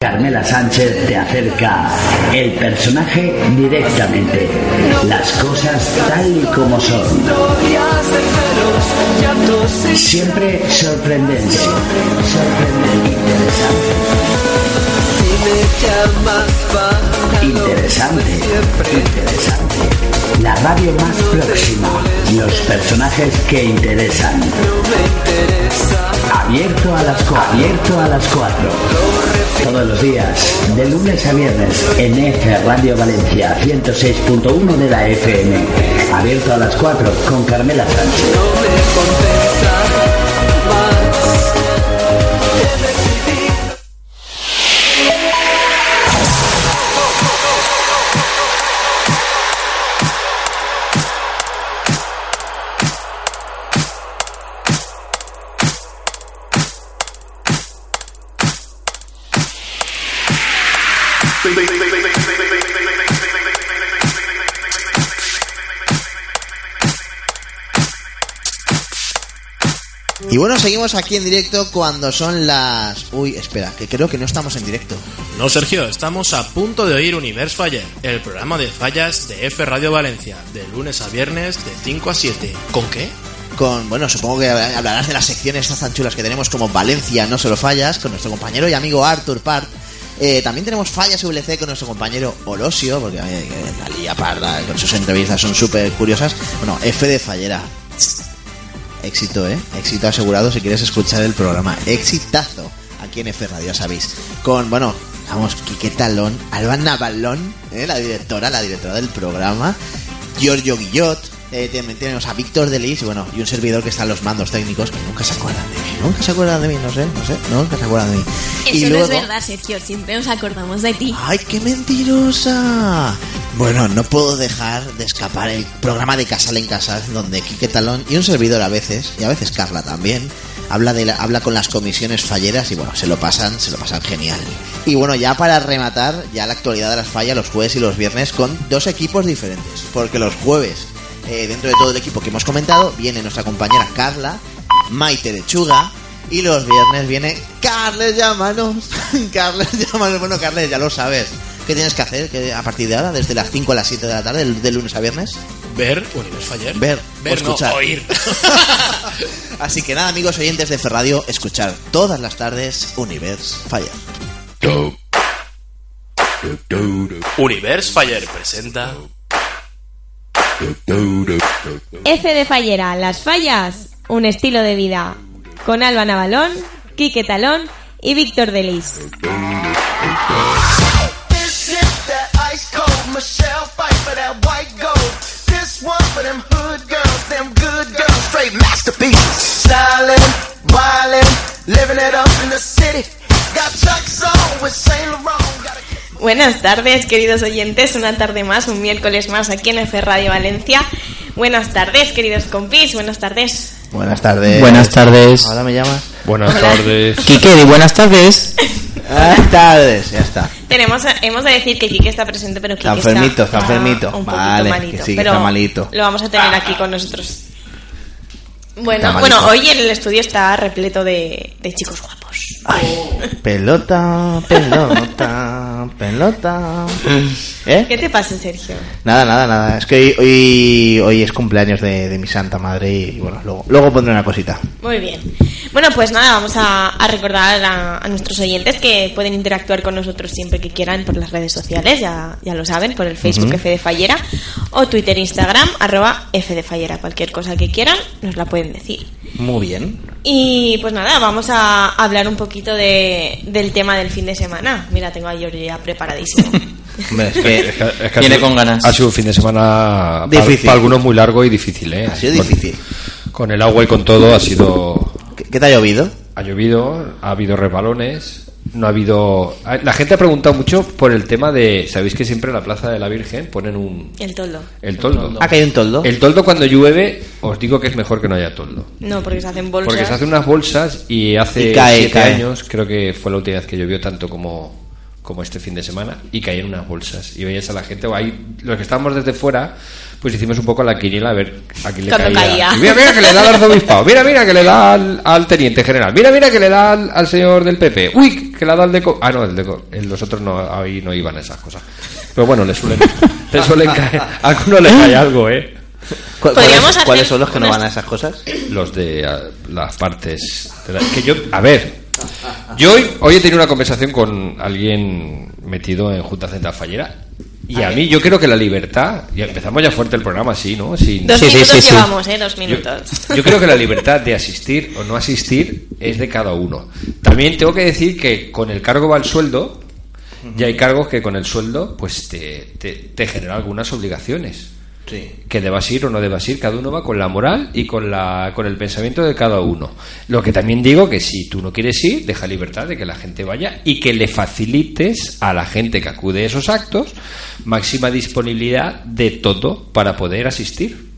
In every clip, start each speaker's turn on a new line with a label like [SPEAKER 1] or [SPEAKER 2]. [SPEAKER 1] Carmela Sánchez te acerca el personaje directamente. Las cosas tal y como son. Siempre sorprendente. Sorprendente. Interesante. Interesante. Interesante. La radio más próxima. Los personajes que interesan. Abierto a las 4. Abierto a las 4. Todos los días, de lunes a viernes, en F Radio Valencia 106.1 de la FM. Abierto a las 4 con Carmela Sánchez.
[SPEAKER 2] Y bueno, seguimos aquí en directo cuando son las... Uy, espera, que creo que no estamos en directo.
[SPEAKER 3] No, Sergio, estamos a punto de oír Universe Faller, el programa de fallas de F Radio Valencia, de lunes a viernes de 5 a 7. ¿Con qué?
[SPEAKER 2] Con, bueno, supongo que hablarás de las secciones estas tan chulas que tenemos como Valencia, no solo fallas, con nuestro compañero y amigo Arthur Part. Eh, también tenemos fallas VLC con nuestro compañero Olosio, porque eh, la lía parda con sus entrevistas son súper curiosas. Bueno, F de fallera. Éxito, ¿eh? Éxito asegurado si quieres escuchar el programa. Exitazo aquí en F Radio, ya sabéis. Con, bueno, vamos, Quique Talón, Alba Navalón, ¿eh? la directora, la directora del programa, Giorgio Guillot, eh, también tenemos a Víctor Delis, bueno, y un servidor que está en los mandos técnicos que nunca se acuerdan de mí. Nunca se acuerdan de mí, no sé, no sé, nunca se acuerdan de mí.
[SPEAKER 4] Eso
[SPEAKER 2] y
[SPEAKER 4] no
[SPEAKER 2] luego...
[SPEAKER 4] es verdad, Sergio. Siempre nos acordamos de ti.
[SPEAKER 2] ¡Ay, qué mentirosa! Bueno, no puedo dejar de escapar el programa de Casal en Casal, donde Quique Talón y un servidor a veces, y a veces Carla también, habla, de la- habla con las comisiones falleras y bueno, se lo pasan, se lo pasan genial. Y bueno, ya para rematar, ya la actualidad de las fallas los jueves y los viernes con dos equipos diferentes, porque los jueves, eh, dentro de todo el equipo que hemos comentado, viene nuestra compañera Carla, Maite Lechuga, y los viernes viene Carles Llámanos. Carles Llámanos. Bueno, Carles, ya lo sabes. ¿Qué tienes que hacer que a partir de ahora, desde las 5 a las 7 de la tarde, del- de lunes a viernes?
[SPEAKER 3] ¿Ver Universe Faller?
[SPEAKER 2] Ver,
[SPEAKER 3] Ver,
[SPEAKER 2] o
[SPEAKER 3] no,
[SPEAKER 2] escuchar.
[SPEAKER 3] oír.
[SPEAKER 2] Así que nada, amigos oyentes de Ferradio, escuchar todas las tardes Universe Fire.
[SPEAKER 3] Universe Faller presenta...
[SPEAKER 5] F de Fallera, las fallas, un estilo de vida. Con Alba Navalón, Quique Talón y Víctor Delis.
[SPEAKER 6] This is that ice cold Michelle fight for that white gold. This one for them hood girls, them good girls, straight masterpieces. Stylin', wildin', living it up in the city. Got Chuck's on with Saint Laurent. Got a
[SPEAKER 5] Buenas tardes, queridos oyentes. Una tarde más, un miércoles más aquí en F Radio Valencia. Buenas tardes, queridos compis. Buenas tardes.
[SPEAKER 2] Buenas tardes.
[SPEAKER 7] Buenas tardes.
[SPEAKER 2] Ahora me llamas.
[SPEAKER 8] Buenas tardes.
[SPEAKER 7] Quique, di buenas tardes.
[SPEAKER 2] Buenas tardes, ya está.
[SPEAKER 5] Tenemos, hemos de decir que Quique está presente, pero Quique
[SPEAKER 2] Está enfermito, está
[SPEAKER 5] está
[SPEAKER 2] enfermito.
[SPEAKER 5] un poquito
[SPEAKER 2] Vale,
[SPEAKER 5] malito,
[SPEAKER 2] que sí, que
[SPEAKER 5] pero
[SPEAKER 2] está malito.
[SPEAKER 5] Lo vamos a tener aquí con nosotros. Bueno,
[SPEAKER 2] Está malito.
[SPEAKER 5] bueno, hoy en el estudio está repleto de, de chicos guapos.
[SPEAKER 2] Pelota, pelota, pelota. ¿Eh?
[SPEAKER 5] ¿Qué te pasa, Sergio?
[SPEAKER 2] Nada, nada, nada. Es que hoy, hoy, hoy es cumpleaños de, de mi santa madre y bueno, luego, luego pondré una cosita.
[SPEAKER 5] Muy bien. Bueno, pues nada, vamos a, a recordar a, a nuestros oyentes que pueden interactuar con nosotros siempre que quieran por las redes sociales, ya, ya lo saben, por el Facebook F de Fallera o Twitter, Instagram, arroba F de Fallera. Cualquier cosa que quieran, nos la pueden decir.
[SPEAKER 2] Muy bien.
[SPEAKER 5] Y pues nada, vamos a hablar un poquito de, del tema del fin de semana. Mira, tengo a Giorgio ya preparadísimo.
[SPEAKER 2] Hombre, es
[SPEAKER 8] Es
[SPEAKER 2] que
[SPEAKER 8] que- es que ha
[SPEAKER 7] Viene
[SPEAKER 8] sido-
[SPEAKER 7] con ganas.
[SPEAKER 8] Ha sido un fin de semana para,
[SPEAKER 2] Difícil.
[SPEAKER 8] para algunos muy largo y difícil, ¿eh?
[SPEAKER 2] ha sido
[SPEAKER 8] Con-
[SPEAKER 2] difícil.
[SPEAKER 8] Con, el agua y con todo ha sido.
[SPEAKER 2] ¿Qué, qué te ha llovido?
[SPEAKER 8] Ha llovido, ha habido rebalones. no ha habido. La gente ha preguntado mucho por el tema de. ¿Sabéis que siempre en la Plaza de la Virgen ponen un.
[SPEAKER 5] El toldo.
[SPEAKER 8] El toldo.
[SPEAKER 2] Ah, que hay un toldo.
[SPEAKER 8] El toldo cuando llueve, os digo que es mejor que no haya toldo.
[SPEAKER 5] No, porque se hacen bolsas.
[SPEAKER 8] Porque se hacen unas bolsas y hace
[SPEAKER 2] Y cae,
[SPEAKER 8] siete
[SPEAKER 2] cae.
[SPEAKER 8] años, creo que fue la última vez que llovió tanto como, como este fin de semana, y caían unas bolsas. Y veías a la gente, o ahí, los que estábamos desde fuera, pues hicimos un poco la quiniela a ver a quién le
[SPEAKER 5] Cuando
[SPEAKER 8] caía.
[SPEAKER 5] caía.
[SPEAKER 8] Y mira, mira que le da al arzobispado, mira, mira que le da al, al teniente general, mira, mira que le da al, al señor del PP, uy, que le da al deco. Ah, no, el deco, el- los otros no, ahí no iban a esas cosas. Pero bueno, le suelen, le suelen caer, a alguno le cae algo, ¿eh?
[SPEAKER 2] ¿Cu-
[SPEAKER 5] Podríamos
[SPEAKER 2] ¿Cuáles,
[SPEAKER 5] hacer
[SPEAKER 2] cuáles son los que no
[SPEAKER 5] unas-
[SPEAKER 2] van a esas cosas?
[SPEAKER 8] los de ah, las partes de la- que yo a ver yo hoy, hoy he tenido una conversación con alguien metido en Junta Central Fallera y a, mí yo creo que la libertad y empezamos ya fuerte el programa sí no Sin-
[SPEAKER 5] Dos
[SPEAKER 8] Sí, sí,
[SPEAKER 5] minutos
[SPEAKER 8] sí, sí.
[SPEAKER 5] llevamos, ¿eh? Dos
[SPEAKER 8] Yo-
[SPEAKER 5] minutos.
[SPEAKER 8] Yo, creo que la libertad de asistir o no asistir es de cada uno. También tengo que decir que con el cargo va el sueldo y hay cargos que con el sueldo pues te, te, te genera algunas obligaciones
[SPEAKER 2] Sí.
[SPEAKER 8] que debas ir o no debas ir, cada uno va con la moral y con la con el pensamiento de cada uno. Lo que también digo que si tú no quieres ir, deja libertad de que la gente vaya y que le facilites a la gente que acude a esos actos máxima disponibilidad de todo para poder asistir.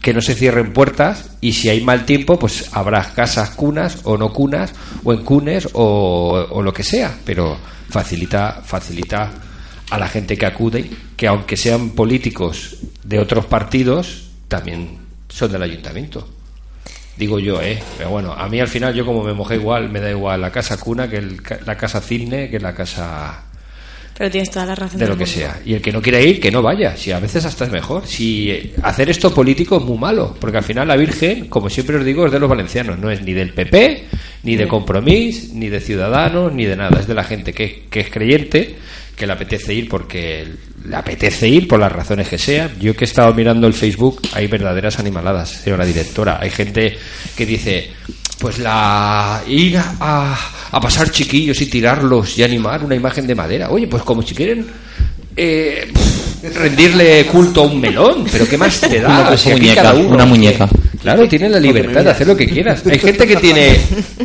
[SPEAKER 8] Que no se cierren puertas y si hay mal tiempo, pues habrá casas cunas o no cunas o en cunes o, o lo que sea, pero facilita facilita a la gente que acude, que aunque sean políticos de otros partidos, también son del ayuntamiento. Digo yo, ¿eh? Pero bueno, a mí al final yo como me mojé igual, me da igual la casa cuna que el ca- la casa cisne, que la casa
[SPEAKER 5] Pero tienes toda la razón.
[SPEAKER 8] de
[SPEAKER 5] del
[SPEAKER 8] lo que
[SPEAKER 5] mundo.
[SPEAKER 8] sea. Y el que no quiera ir, que no vaya. Si a veces hasta es mejor. Si eh, hacer esto político es muy malo, porque al final la Virgen, como siempre os digo, es de los valencianos. No es ni del PP, ni de Compromís, ni de Ciudadanos, ni de nada. Es de la gente que, que es creyente, que le apetece ir porque le apetece ir por las razones que sean. Yo que he estado mirando el Facebook, hay verdaderas animaladas, señora directora. Hay gente que dice, pues la ir a, a- a pasar chiquillos y tirarlos y animar una imagen de madera. Oye, pues como si quieren eh, pff, rendirle culto a un melón, pero ¿qué más te da?
[SPEAKER 7] Una
[SPEAKER 8] Si aquí
[SPEAKER 7] muñeca,
[SPEAKER 8] cada uno-
[SPEAKER 7] una muñeca.
[SPEAKER 8] Claro, tienes la libertad de hacer lo que quieras. Hay gente que tiene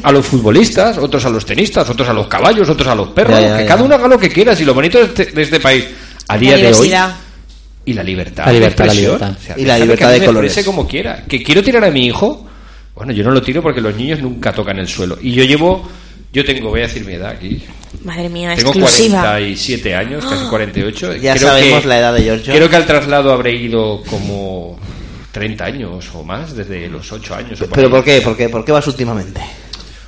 [SPEAKER 8] a los futbolistas, otros a los tenistas, otros a los caballos, otros a los perros,
[SPEAKER 2] Ya, ya,
[SPEAKER 8] que
[SPEAKER 2] ya.
[SPEAKER 8] cada uno haga lo que quiera. Y lo bonito de este, de este país a día de hoy
[SPEAKER 5] diversidad.
[SPEAKER 8] y la libertad.
[SPEAKER 7] La libertad,
[SPEAKER 8] de
[SPEAKER 7] la
[SPEAKER 8] expresión.
[SPEAKER 7] libertad.
[SPEAKER 2] Y la
[SPEAKER 8] déjame
[SPEAKER 2] libertad
[SPEAKER 8] que a mí
[SPEAKER 2] de
[SPEAKER 8] me
[SPEAKER 2] colores.
[SPEAKER 8] exprese como quiera. Que quiero tirar a mi hijo. Bueno, yo no lo tiro porque los niños nunca tocan el suelo. Y yo llevo. Yo tengo, voy a decir mi edad aquí.
[SPEAKER 5] Madre mía,
[SPEAKER 8] Tengo
[SPEAKER 5] exclusiva.
[SPEAKER 8] 47 años, casi 48.
[SPEAKER 2] Ah. Ya sabemos la edad de Giorgio.
[SPEAKER 8] Creo que al traslado habré ido como 30 años o más, desde los 8 años. o por
[SPEAKER 2] ¿Pero
[SPEAKER 8] ahí.
[SPEAKER 2] por qué? ¿Por qué, por qué vas últimamente?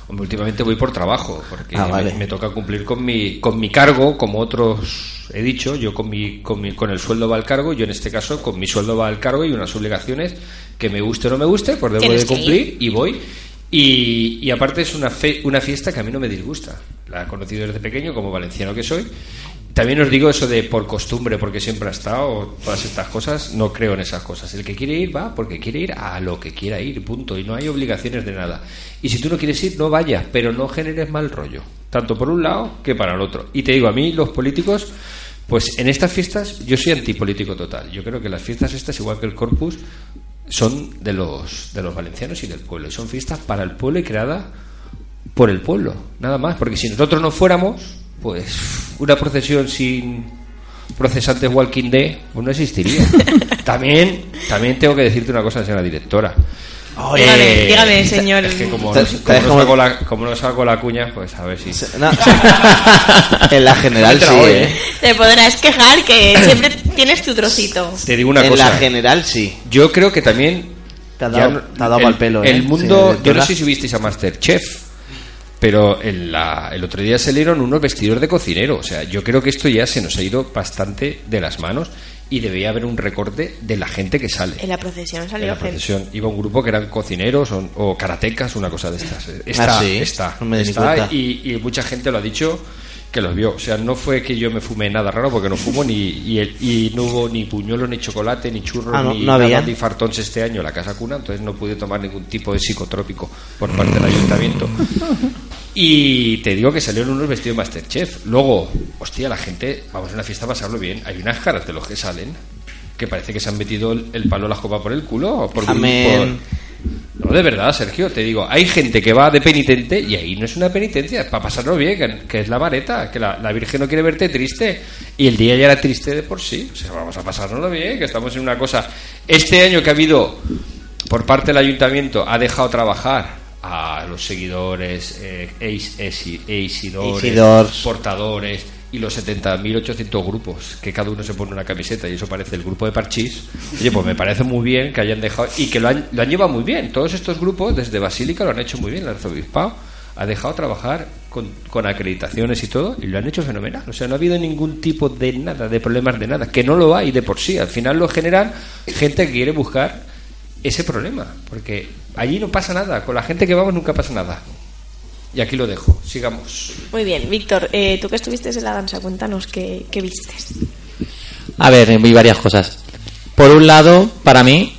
[SPEAKER 8] Hombre, últimamente voy por trabajo, porque
[SPEAKER 2] Ah,
[SPEAKER 8] me-
[SPEAKER 2] vale.
[SPEAKER 8] me, toca cumplir con mi, con mi cargo, como otros he dicho, yo con, mi, con, mi- con el sueldo va al cargo, yo en este caso con mi sueldo va al cargo y unas obligaciones que me guste o no me guste, pues debo
[SPEAKER 5] Tienes
[SPEAKER 8] de
[SPEAKER 5] que
[SPEAKER 8] cumplir y voy. Y, y aparte es una, fe- una fiesta que a mí no me disgusta, la he conocido desde pequeño como valenciano que soy. También os digo eso de por costumbre, porque siempre ha estado, todas estas cosas, no creo en esas cosas. El que quiere ir va porque quiere ir a lo que quiera ir, punto. Y no hay obligaciones de nada. Y si tú no quieres ir, no vayas, pero no generes mal rollo, tanto por un lado que para el otro. Y te digo, a mí los políticos, pues en estas fiestas yo soy antipolítico total. Yo creo que las fiestas estas, igual que el corpus, son de los, de los valencianos y del pueblo. Y son fiestas para el pueblo y creadas por el pueblo, nada más. Porque si nosotros no fuéramos, pues una procesión sin procesantes Walking Dead pues no existiría. también, también tengo que decirte una cosa, señora directora.
[SPEAKER 5] Oh,
[SPEAKER 8] Eh,
[SPEAKER 5] Dígame, dígame, señor.
[SPEAKER 8] Es que como,
[SPEAKER 2] Te-
[SPEAKER 8] no-
[SPEAKER 2] te
[SPEAKER 8] como no
[SPEAKER 2] dejo-
[SPEAKER 8] saco la, como no saco la cuña, pues a ver si...
[SPEAKER 2] Se- no. en la general sí,
[SPEAKER 8] Entra hoy,
[SPEAKER 2] ¿eh?
[SPEAKER 8] ¿eh?
[SPEAKER 5] Te podrás quejar que siempre tienes tu trocito.
[SPEAKER 8] Te digo una
[SPEAKER 2] en
[SPEAKER 8] cosa.
[SPEAKER 2] la general sí.
[SPEAKER 8] Yo creo que también...
[SPEAKER 2] Te ha
[SPEAKER 8] ya
[SPEAKER 2] dado,
[SPEAKER 8] no-
[SPEAKER 2] te ha dado
[SPEAKER 8] el,
[SPEAKER 2] mal pelo, ¿eh?
[SPEAKER 8] El mundo...
[SPEAKER 2] Sí,
[SPEAKER 8] yo no sé si visteis a Masterchef, pero en la- el otro día salieron unos vestidores de cocinero. O sea, yo creo que esto ya se nos ha ido bastante de las manos y debería haber un recorte de la gente que sale.
[SPEAKER 5] En la procesión
[SPEAKER 8] En
[SPEAKER 5] salió
[SPEAKER 8] la
[SPEAKER 5] gente.
[SPEAKER 8] procesión iba un grupo que eran cocineros o, o karatecas, una cosa de estas. Está,
[SPEAKER 2] Ah, sí.
[SPEAKER 8] está,
[SPEAKER 2] No me di ni
[SPEAKER 8] está,
[SPEAKER 2] cuenta.
[SPEAKER 8] y, y mucha gente lo ha dicho que los vio. O sea, no fue que yo me fumé nada raro porque no fumo ni y, el- y no hubo ni puñuelo, ni chocolate, ni churros,
[SPEAKER 2] Ah, no-
[SPEAKER 8] ni
[SPEAKER 2] no
[SPEAKER 8] nada,
[SPEAKER 2] había.
[SPEAKER 8] ni fartons este año en la casa cuna, entonces no pude tomar ningún tipo de psicotrópico por parte del ayuntamiento. Y te digo que salieron unos vestidos Masterchef. Luego, hostia, la gente, vamos a una fiesta a pasarlo bien. Hay unas caras de los que salen que parece que se han metido el, el palo a la copa por el culo. o Por,
[SPEAKER 2] Amén.
[SPEAKER 8] por- No, de verdad, Sergio, te digo, hay gente que va de penitente y ahí no es una penitencia, es para pasarlo bien, que, que es la vareta, que la, la Virgen no quiere verte triste y el día ya era triste de por sí. O sea, vamos a pasárnoslo bien, que estamos en una cosa. Este año que ha habido, por parte del ayuntamiento, ha dejado trabajar a los seguidores, eh, eis- esi- eisidores,
[SPEAKER 2] Eisidors.
[SPEAKER 8] portadores y los 70.800 grupos, que cada uno se pone una camiseta y eso parece el grupo de Parchís. Oye, pues me parece muy bien que hayan dejado y que lo han, lo han llevado muy bien. Todos estos grupos, desde Basílica, lo han hecho muy bien. El arzobispado ha dejado trabajar con, con acreditaciones y todo y lo han hecho fenomenal. O sea, no ha habido ningún tipo de nada, de problemas de nada, que no lo hay de por sí. Al final lo generan gente que quiere buscar ese problema, porque allí no pasa nada. Con la gente que vamos nunca pasa nada. Y aquí lo dejo. Sigamos.
[SPEAKER 5] Muy bien, Víctor, eh, tú que estuviste en la danza, cuéntanos qué, qué vistes.
[SPEAKER 7] A ver, vi varias cosas. Por un lado, para mí,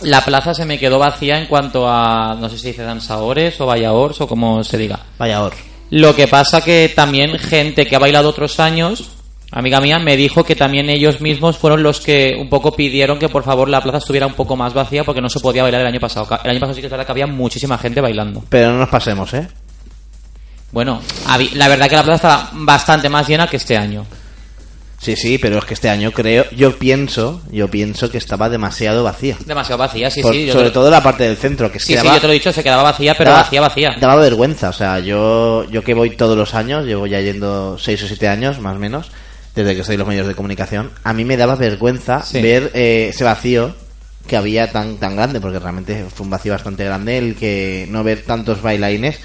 [SPEAKER 7] la plaza se me quedó vacía en cuanto a, no sé si dice danzadores o vallaors o como se diga.
[SPEAKER 2] Vaya or.
[SPEAKER 7] Lo que pasa que también gente que ha bailado otros años, amiga mía, me dijo que también ellos mismos fueron los que un poco pidieron que por favor la plaza estuviera un poco más vacía porque no se podía bailar el año pasado. Ca- El año pasado sí que es verdad que había muchísima gente bailando.
[SPEAKER 2] Pero no nos pasemos, ¿eh?
[SPEAKER 7] Bueno, habi- la verdad que la plaza estaba bastante más llena que este año.
[SPEAKER 2] Sí, sí, pero es que este año creo, yo pienso, yo pienso que estaba demasiado vacía.
[SPEAKER 7] Demasiado vacía, sí,
[SPEAKER 2] Por-
[SPEAKER 7] sí. yo te
[SPEAKER 2] sobre
[SPEAKER 7] lo-
[SPEAKER 2] todo la parte del centro, que es
[SPEAKER 7] Sí,
[SPEAKER 2] que
[SPEAKER 7] sí,
[SPEAKER 2] daba-
[SPEAKER 7] yo te lo he dicho, se quedaba vacía, pero
[SPEAKER 2] daba-
[SPEAKER 7] vacía, vacía.
[SPEAKER 2] Daba vergüenza, o sea, yo, yo que voy todos los años, llevo ya yendo 6 o 7 años, más o menos, desde que estoy en los medios de comunicación, a mí me daba vergüenza
[SPEAKER 7] Sí.
[SPEAKER 2] ver eh, ese vacío que había tan, tan grande, porque realmente fue un vacío bastante grande el que no ver tantos bailarines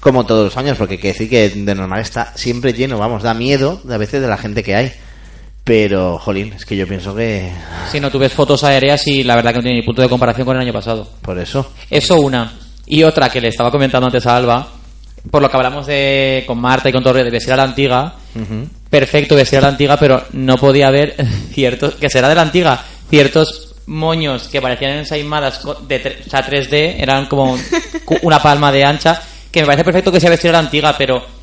[SPEAKER 2] como todos los años, porque hay que decir que de normal está siempre lleno, vamos, da miedo a veces de la gente que hay. Pero, jolín, es que yo pienso que
[SPEAKER 7] Si no, tú ves fotos aéreas y la verdad que no tiene ni punto de comparación con el año pasado.
[SPEAKER 2] por eso.
[SPEAKER 7] Eso una. Y otra que le estaba comentando antes a Alba, por lo que hablamos de con Marta y con Torre de vestir a la antigua,
[SPEAKER 2] Ujú.
[SPEAKER 7] perfecto vestir a la antigua, pero no podía haber ciertos, que será de la antigua, ciertos moños que parecían ensaimadas co- de tre- o sea, 3D, eran como cu- una palma de ancha, que me parece perfecto que sea vestir a la antigua, pero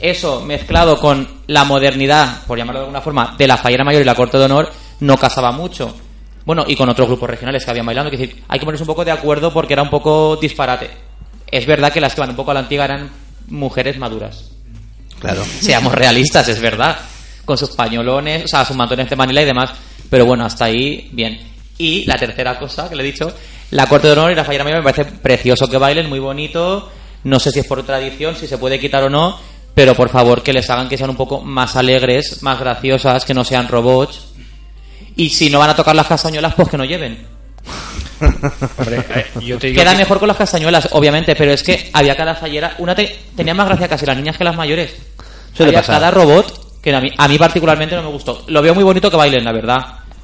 [SPEAKER 7] eso mezclado con la modernidad, por llamarlo de alguna forma, de la Fallera Mayor y la Corte de Honor, no casaba mucho. Bueno, y con otros grupos regionales que habían bailando, que decir, hay que ponerse un poco de acuerdo porque era un poco disparate. Es verdad que las que van un poco a la antigua eran mujeres maduras
[SPEAKER 2] Claro.
[SPEAKER 7] seamos realistas, es verdad, con sus pañolones, o sea, sus mantones de Manila y demás. Pero bueno, hasta ahí, bien. Y la tercera cosa que le he dicho, la Corte de Honor y la Fallera Mayor me parece precioso que bailen, muy bonito. No sé si es por tradición, si se puede quitar o no, pero por favor que les hagan que sean un poco más alegres, más graciosas, que no sean robots. Y si no van a tocar las castañuelas, pues que no lleven.
[SPEAKER 8] Hombre, eh, yo te digo
[SPEAKER 7] Queda
[SPEAKER 8] que-
[SPEAKER 7] mejor con las castañuelas, obviamente, pero es que había cada fallera. Una te- tenía más gracia casi las niñas que las mayores.
[SPEAKER 2] Suele
[SPEAKER 7] había
[SPEAKER 2] pasar.
[SPEAKER 7] cada robot que a mí, a mí particularmente no me gustó. Lo veo muy bonito que bailen, la verdad.